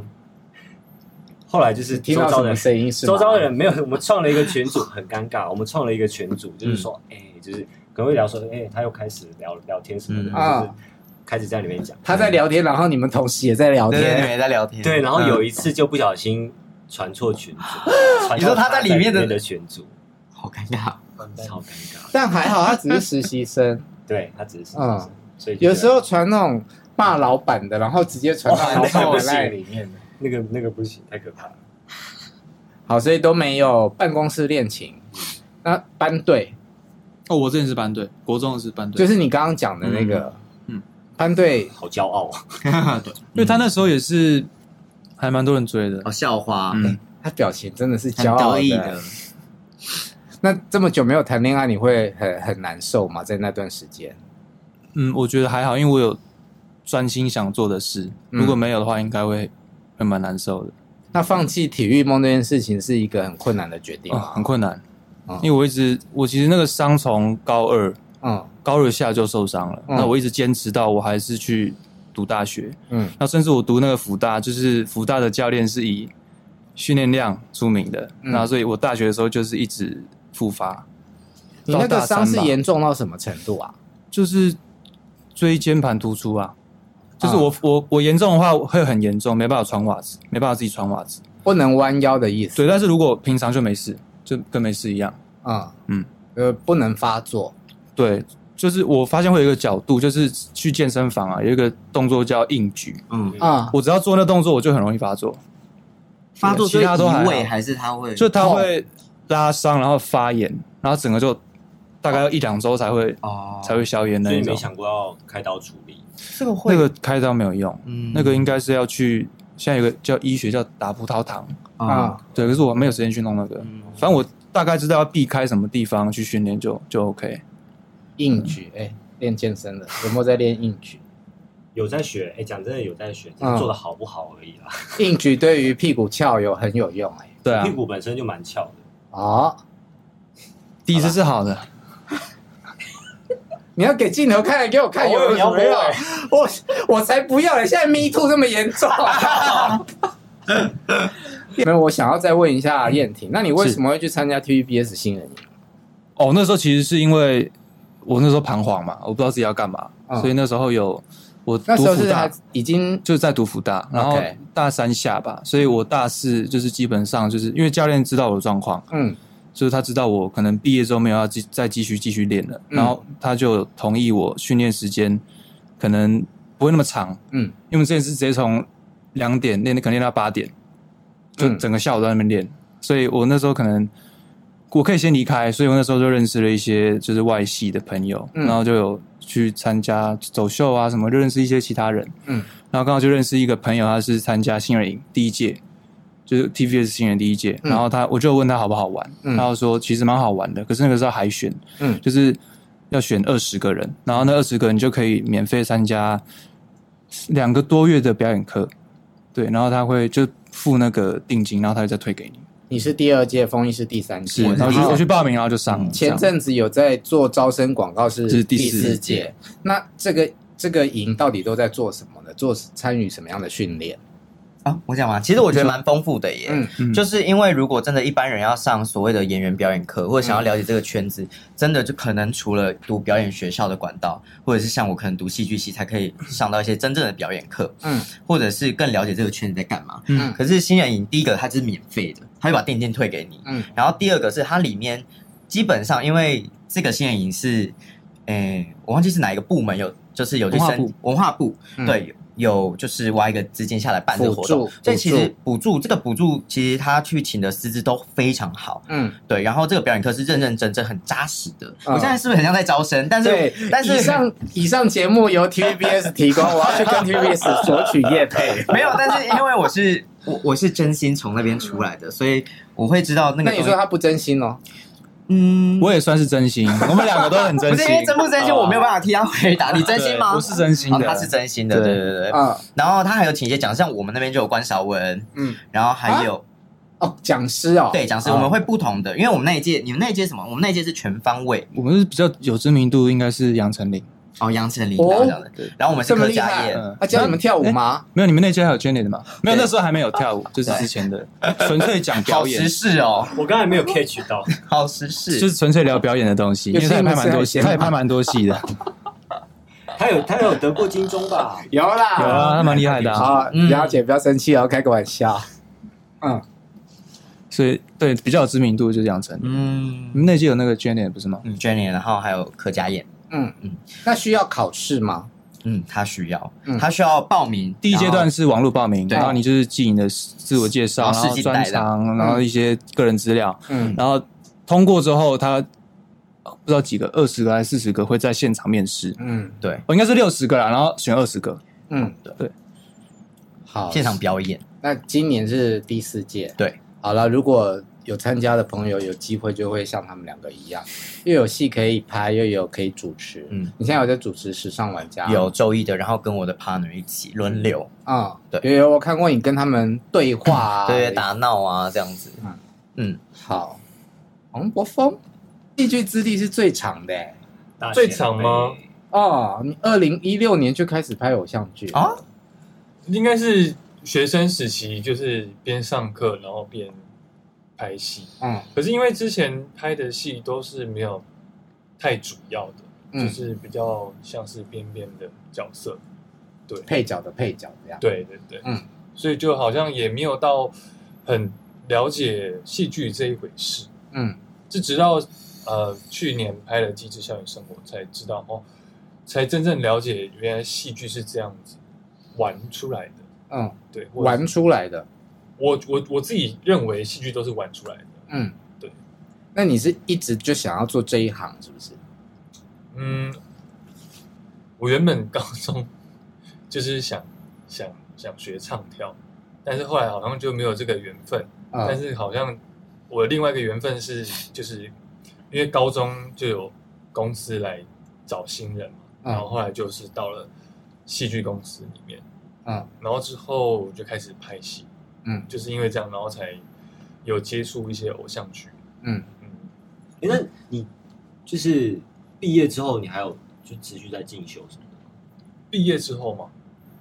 C: 后来就是
B: 听
C: 周
B: 到什
C: 遭的
B: 么
C: 人
B: 声音是吗
C: 周遭的人没有，我们创了一个群组，很尴尬。我们创了一个群组，就是说，哎、就是可能会聊说，哎、他又开始聊聊天什么的，
A: 嗯
C: 就是
B: 啊
C: 开始在里面讲。
B: 他在聊天，然后你们同事也在聊
A: 对对，你
B: 天，
A: 们在聊天，
C: 对，然后
A: 嗯
C: 有一次就不小心传错群组，传
A: 你说
C: 到
A: 他
C: 他
A: 在里面的
C: 的群组，
A: 好尴尬，
F: 完蛋
C: 超尴尬。
B: 但还好他只是实习生，
C: 对他只是
B: 嗯
C: 所以就觉得
B: 有时候传那种骂老板的，然后直接传到
C: 哇
B: 老板
C: 那
B: 的
C: 不行
B: 赖里面。
C: 那个那个不行，太可怕了。
B: 好，所以都没有办公室恋情。那班队
E: 哦，我之前是班队，国中的是班队，
B: 就是你刚刚讲的那个，
E: 嗯嗯
B: 班队
C: 好骄傲啊！
E: 因为他那时候也是还蛮多人追的
A: 哦，，校花，
E: 嗯，
B: 他表情真的是
A: 很
B: 骄傲
A: 得意
B: 的
A: 的。，
B: 那这么久没有谈恋爱，你会很很难受吗？在那段时间，
E: 嗯，我觉得还好，因为我有专心想做的事。
B: 嗯
E: 如果没有的话，应该会会蛮难受的，
B: 那放弃体育梦这件事情是一个很困难的决定
E: 哦
B: 吗？
E: 很困难。
B: 哦
E: 因为我一直，我其实那个伤从高二，
B: 嗯
E: 高二下就受伤了。
B: 嗯
E: 那我一直坚持到我还是去读大学。
B: 嗯
E: 那甚至我读那个福大，就是福大的教练是以训练量出名的。
B: 嗯
E: 那所以我大学的时候就是一直复发。
B: 你那
E: 到
B: 个伤
E: 大三
B: 是
E: 吧
B: 严重到什么程度啊？
E: 就是椎间盘突出啊，就是
B: 啊
E: 我、我我严重的话会很严重，没办法穿袜子，没办法自己穿袜子。
B: 不能弯腰的意思。
E: 对，但是如果平常就没事，就跟没事一样。
B: 嗯
E: 嗯，
B: 呃，不能发作。
E: 对，就是我发现会有一个角度，就是去健身房啊，有一个动作叫硬举，
A: 嗯，
B: 啊、
E: 我只要做那动作，我就很容易发作，
A: 发作
E: 其
A: 最
E: 他都还
A: 移
E: 好
A: 位还是他会，
E: 就它会拉伤，然后发炎，然后整个就大概要一两周才会、
A: 哦，
E: 才会消炎那
C: 所以
E: 一
C: 没
E: 种。
C: 想过要开刀处理，
A: 这个
E: 那
A: 会，
E: 个开刀没有用，
A: 嗯
E: 那个应该是要去，现在有个叫医学叫打葡萄糖，
B: 啊，
E: 对，可是我没有时间去弄那个，
A: 嗯
E: 反正我大概知道要避开什么地方去训练就就 OK。
B: 硬举，哎、练健身的有没有在练硬举？
C: 有在学。哎，讲真的有在学，只
B: 嗯
C: 是做的好不好而已啦。
B: 硬举对于屁股翘有很有用、哎。
E: 对啊
C: 屁，股本身就蛮翘的。
B: 哦，
E: 底子是好的，
B: 你要给镜头看，给我看有没有什么用？我我才不要嘞！现在 Me Too 这么严重、啊没有，我想要再问一下燕婷，那你为什么会去参加 TVBS 新人营？
E: 哦，那时候其实是因为我那时候彷徨嘛，我不知道自己要干嘛，
B: 嗯
E: 所以那时候有我
B: 那
E: 读
B: 时候
E: 福
B: 是还
E: 大，
B: 已经
E: 就是在读福大，然后
B: OK
E: 大三下吧，所以我大四就是基本上就是因为教练知道我的状况，
B: 嗯
E: 就是他知道我可能毕业之后没有要继再继续继续练了，
B: 嗯
E: 然后他就同意我训练时间可能不会那么长，
B: 嗯
E: 因为我们之前是直接从两点练，可能练到八点，就
B: 嗯
E: 整个下午都在那边练，所以我那时候可能我可以先离开，所以我那时候就认识了一些就是外系的朋友，
B: 嗯
E: 然后就有去参加走秀啊什么，就认识一些其他人，
B: 嗯
E: 然后刚好就认识一个朋友，他是参加新人营第一届，就是 TVS 新人第一届，
B: 嗯
E: 然后他我就问他好不好玩，
B: 嗯
E: 然后说其实蛮好玩的，可是那个是要海选，
B: 嗯
E: 就是要选二十个人，然后那二十个人就可以免费参加两个多月的表演课，对，然后他会就付那个定金，然后他会再退给你，
B: 你是第二届，风一是第三届，
E: 然后
B: 然
E: 就
B: 后
E: 我去报名，然后就
A: 嗯
E: 上了，
B: 前
E: 这样
B: 阵子有在做招生广告，是
E: 是第四
B: 四届。那这个这个营到底都在做什么呢？做参与什么样的训练？
A: 啊，我讲嘛，其实我觉得蛮丰富的耶。
B: 嗯
E: 嗯
A: 就是因为如果真的一般人要上所谓的演员表演课，或者
B: 嗯
A: 想要了解这个圈子，真的就可能除了读表演学校的管道，或者是像我可能读戏剧系才可以上到一些真正的表演课，
B: 嗯
A: 或者是更了解这个圈子在干嘛。
B: 嗯
A: 可是新人营第一个它是免费的，它就把定金退给你，
B: 嗯
A: 然后第二个是它里面基本上因为这个新人营是，诶，我忘记是哪一个部门有，就是有去
E: 文化
A: 申
E: 部
A: 文化部
B: 嗯
A: 对。有就是挖一个资金下来办这个活
B: 补
A: 动
B: 助，
A: 所以其
B: 补
A: 实
B: 助
A: 补助这个补助，其实他去请的师资都非常好，
B: 嗯，
A: 对。然后这个表演课是认认真真、很扎实的。
B: 嗯
A: 我现在是不是很像在招生？但
B: 对
A: 是， 但是
B: 以上以上节 目由 TVBS 提供，我要去跟 TVBS 索取业配。
A: 没有，但是因为我是我我是真心从那边出来的，所以我会知道那个
B: 那你
A: 东西
B: 说。他不真心哦？
A: 嗯，
E: 我也算是真心，我们两个都很 真
A: 不
E: 心
A: 是因为。真不真心，我没有办法替他回答。你真心吗？
E: 啊对我是真心
A: 哦
E: 的，
A: 他是真心的，
E: 对
A: 对对对。对
B: 啊，
A: 然后他还有请一些奖，像我们那边就有关少文，
B: 嗯，
A: 然后
E: 啊
A: 还有
B: 哦，讲师哦，
A: 对讲师，
B: 啊
A: 我们会不同的，因为我们那一届，你们那一届什么？我们那一届是全方位
E: 我们是比较有知名度，应该是杨丞琳。
A: 哦，杨丞琳
B: 哦
A: 这样的
E: 对，
A: 然后我们是
B: 这么
A: 客
B: 厉
A: 家
B: 害
A: 宴，
E: 嗯
B: 啊，教你们跳舞吗？
E: 没有，你们那届还有 Jenny 的吗？没有，
A: 对
E: 那时候还没有跳 舞，就是之前的，纯粹讲表
A: 好
E: 演
A: 时，事哦，
C: 我刚才没有 catch 到，
A: 好时
E: 就
A: 事
E: 是。纯粹聊表演的东西。因
B: 有
E: 为他也拍蛮多戏，
B: 新闻是
E: 他也拍蛮多戏 的，
C: 他有他有得过金钟吧？
B: 有啦，
E: 有啊，他蛮厉害的啊。
B: 好，
A: 嗯
B: 了解，不要生气哦，开个玩笑。嗯，
E: 所以对比较有知名度就是杨丞琳。
A: 嗯
E: 你们那届有那个 Jenny 不是吗？
A: ，Jenny，然后还有客家宴，
B: 那需要考试吗？
A: 嗯，他需要
B: 嗯，
A: 他需要报名
E: 第一阶段是网络报名，
A: 对
E: 然后你就是记你的自我介绍，
A: 然
E: 然
A: 后
E: 后
A: 事迹
E: 专
A: 带的
E: 长，然后一些个人资料，
B: 嗯，
E: 然后通过之后，他呃不知道几个，二十个还是四十个会在现场面试，
B: 嗯
E: 我应该是六十个啦，然后选二十个，
B: 嗯，
E: 对。
B: 好，
A: 现场表演，
B: 那今年是第四届，
A: 对。
B: 好了，如果有参加的朋友有机会，就会像他们两个一样，又有戏可以拍，又有可以主持。
A: 嗯，
B: 你现在有在主持《时尚玩
E: 啊
B: 家》？
A: 有周一的，然后跟我的 partner 一起轮流，
B: 啊，
A: 对
B: 有有，我看过你跟他们对话、啊，
A: 对，打闹啊这样子
B: 嗯。
A: 嗯，
B: 好。黄国峰戏剧资历是最长的、欸、
C: 大前辈
F: 最长吗？
B: 哦，你二零一六年就开始拍偶像剧
A: 啊，
F: 应该是学生时期，就是边上课然后边拍戏。
B: 嗯
F: 可是因为之前拍的戏都是没有太主要的，
B: 嗯
F: 就是比较像是边边的角色。对，
B: 配角的配角这样。
F: 对对对，
B: 嗯，
F: 所以就好像也没有到很了解戏剧这一回事。
B: 嗯
F: 是直到呃去年拍了《机智校园生活》，才知道哦，才真正了解原来戏剧是这样子玩出来的。
B: 嗯，
F: 对，或者是
B: 玩出来的。
F: 我我我自己认为戏剧都是玩出来的。
B: 嗯，
F: 对。
B: 那你是一直就想要做这一行，是不是？
F: 嗯，我原本高中就是想想想学唱跳，但是后来好像就没有这个缘分。
B: 啊、
F: 但是好像我另外一个缘分是， 就是因为高中就有公司来找新人嘛，
B: 嗯
F: 然后后来就是到了戏剧公司里面，
B: 嗯
F: 然后之后我就开始拍戏，
B: 嗯
F: 就是因为这样，然后才有接触一些偶像剧。
B: 嗯，
F: 嗯，
C: 诶哎那你就是毕业之后，你还有就持续在进修什么的吗？
F: 毕业之后嘛，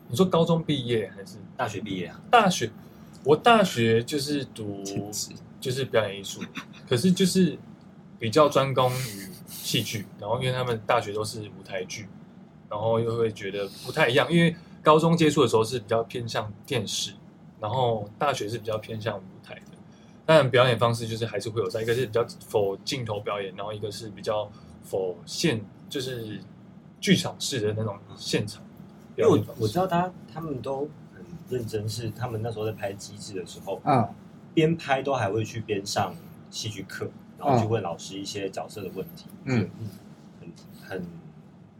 F: 你说高中毕业还是
C: 大学毕业啊，
F: 大学？我大学就是读就是表演艺术，可是就是比较专攻于戏剧。然后因为他们大学都是舞台剧，然后又会觉得不太一样，因为高中接触的时候是比较偏向电视，然后大学是比较偏向舞台的。但表演方式就是还是会有在，一个是比较否镜头表演，然后一个是比较否现，就是剧场式的那种现场
C: 因
F: 表
C: 为
F: 演
C: 我
F: 方式。
C: 我知道他他们都很认真，是他们那时候在拍《机智》的时候，
B: 嗯
C: 边拍都还会去边上戏剧课，然后去问老师一些角色的问题。
B: 嗯
C: 嗯，很很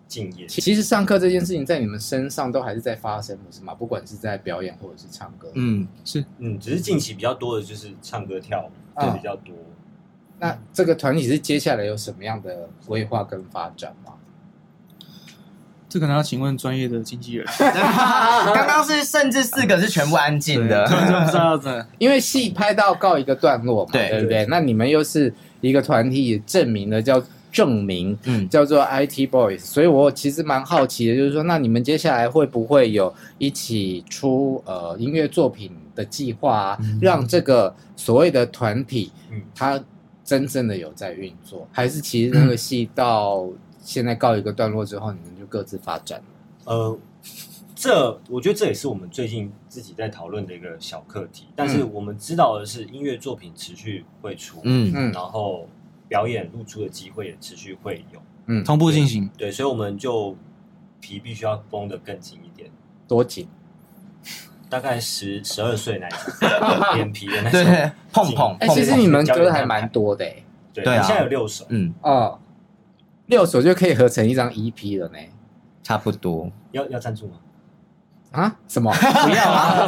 C: 敬业。
B: 其其实上课这件事情在你们身上都还是在发生，不是吗？不管是在表演或者是唱歌，
E: 嗯，是
C: 嗯，只是近期比较多的就是唱歌跳舞
B: 啊
C: 就比较多。
B: 那这个团体是接下来有什么样的规划跟发展吗？
E: 这可能要请问专业的经纪人，
A: 刚刚是甚至四个是全部安静
E: 突然
A: 的，
E: 就不知道怎么
B: 因为戏拍到告一个段落嘛，
A: 对
B: 对不对？那你们又是一个团体，也证明了叫证明，
A: 嗯，
B: 叫做 IT Boys，所以我其实蛮好奇的，就是说，那你们接下来会不会有一起出呃音乐作品的计划、啊，让这个所谓的团体，
C: 嗯
B: 它真正的有在运作，还是其实那个戏到现在告一个段落之后，你们就各自发展了？
C: 呃，这我觉得这也是我们最近自己在讨论的一个小课题。但是我们知道的是，音乐作品持续会出，
A: 嗯，
B: 嗯
C: 然后表演露出的机会也持续会有。
B: 嗯，
E: 同步进行。
C: 对，所以我们就皮必须要绷得更紧一点。
B: 多紧，
C: 大概十十二岁那一种 脸皮的那种，
A: 对，碰碰
B: 哎、
A: 碰
B: 其实
A: 碰，
B: 你们歌还蛮多的、欸，
C: 对，
A: 对啊
C: 我现在有六首，
A: 嗯，
B: 哦，六首就可以合成一张 EP E 了呢。
A: 差不多。
C: 要要赞助吗？
B: 啊？什么？不要啊！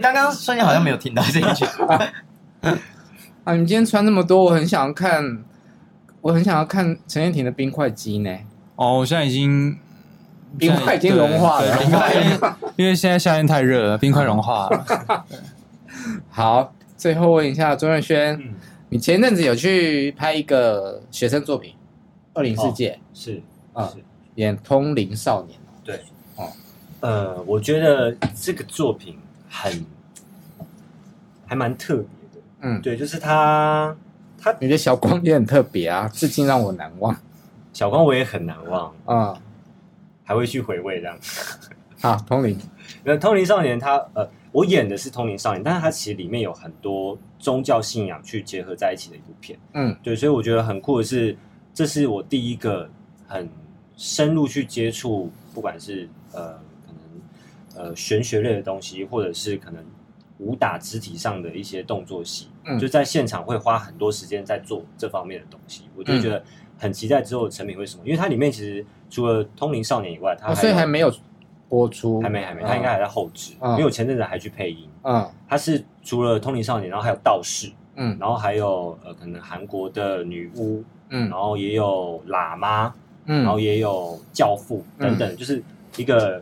A: 刚刚瞬间好像没有听到这一 句，
B: 啊！你今天穿这么多，我很想要看，我很想要看陈燕婷的冰块肌呢。
E: 哦，我现在已经
B: 冰块已经融化了
E: 对冰块因为因为现在夏天太热了，冰块融化了。
B: 好，最后问一下钟瑞轩，
C: 嗯，
B: 你前阵子有去拍一个学生作品《二零世界》，
C: 哦是
B: 啊
C: 是，
B: 演通灵少年。
C: 呃，我觉得这个作品很还蛮特别的，
B: 嗯，
C: 对，就是他他
B: 啊你的小光也很特别啊，至今让我难忘
C: 小光我也很难忘，
B: 啊。
C: 还会去回味这样。
B: 好，通灵，
C: 那《通灵少年他》呃，我演的是《通灵少年》，但是它其实里面有很多宗教信仰去结合在一起的一部片。
B: 嗯，
C: 对，所以我觉得很酷的是，这是我第一个很深入去接触，不管是呃可能呃玄学类的东西，或者是可能武打肢体上的一些动作戏，
B: 嗯
C: 就在现场会花很多时间在做这方面的东西，我就觉得很期待之后的成品会是什么，因为它里面其实除了《通灵少年》以外，它
B: 哦所以
C: 啊有
B: 还没有播出，
C: 还没还没，他应该还在后置，
B: 哦嗯
C: 因为我前阵子还去配音。
B: 嗯
C: 他是除了《通灵少年》，然后还有道士，
B: 嗯
C: 然后还有呃，可能韩国的女巫，
B: 嗯
C: 然后也有喇嘛，
B: 嗯，
C: 然后也有教父等等，就是一个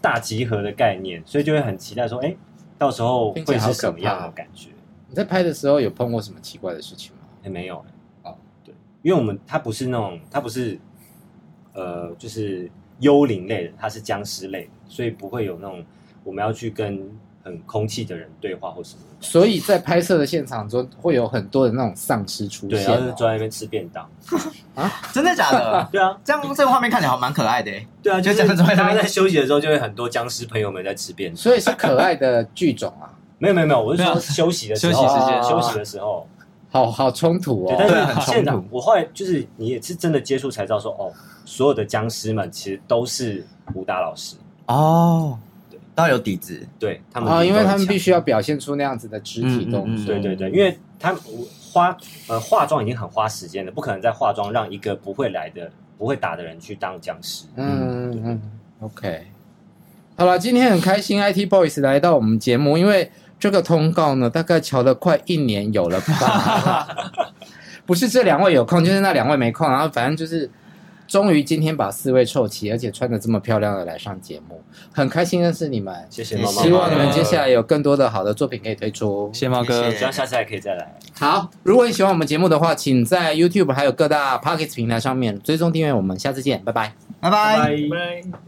C: 大集合的概念，所以就会很期待说，哎，到时候
B: 听起来
C: 会
B: 好
C: 是
B: 可
C: 什么样
B: 怕
C: 的
B: 哦
C: 感觉？
B: 你在拍的时候有碰过什么奇怪的事情吗？
C: 哎，没有，
B: 哦
C: 哦，对，因为我们它不是那种，它不是呃，就是幽灵类的，它是僵尸类的，所以不会有那种我们要去跟很空气的人对话或什么的。
B: 所以在拍摄的现场中会有很多的那种丧尸出
C: 对，
B: 现
C: 然后就
B: 哦、
C: 坐在那边吃便当。
A: 真的假的？
C: 对啊，
A: 这样这个画面看起来好蛮可爱的欸，
C: 对啊，
A: 就
C: 就
A: 这
C: 是
A: 样子会
C: 大
A: 让
C: 家
A: 人
C: 在休息的时候，就会很多僵尸朋友们在吃便当。
B: 所以是可爱的剧种啊，
C: 没有没有没有，我是
E: 没
C: 说
E: 有
C: 休息的时
E: 休
C: 候，
E: 息
B: 时间
C: 休息的时候。
B: 好好冲突
C: 对
B: 哦，，
C: 但
E: 对啊
C: 是
E: 很
C: 现
B: 冲
C: 场
B: 突
C: 我后来就是你也是真的接触才知道说，哦，所有的僵尸们其实都是武打老师，
A: 哦，都要有底子，
C: 对他们
B: 啊、因为他
C: 都
B: 们
C: 很强
B: 必须要表现出那样子的肢体动作，
A: 嗯嗯嗯
C: 对对对，因为他们花呃化妆已经很花时间了，不可能再化妆让一个不会来的、不会打的人去当僵尸。
B: 嗯嗯嗯，OK。好了，今天很开心，IT Boys 来到我们节目，因为这个通告呢，大概瞧了快一年有了吧。不是这两位有空，就是那两位没空，然后反正就是，终于今天把四位凑齐，而且穿的这么漂亮的来上节目，很开心认识你们。
C: 谢谢妈妈，
B: 希望你们接
C: 来
B: 下来有更多的好的作品可以推出。
E: 谢谢猫哥
A: 谢，谢
C: 希望下次还可以再来。
B: 好，如果你喜欢我们节目的话，请在 YouTube 还有各大 Pocket 平台上面追踪订阅我们，下次见，拜拜。
A: 拜拜。
F: 拜拜。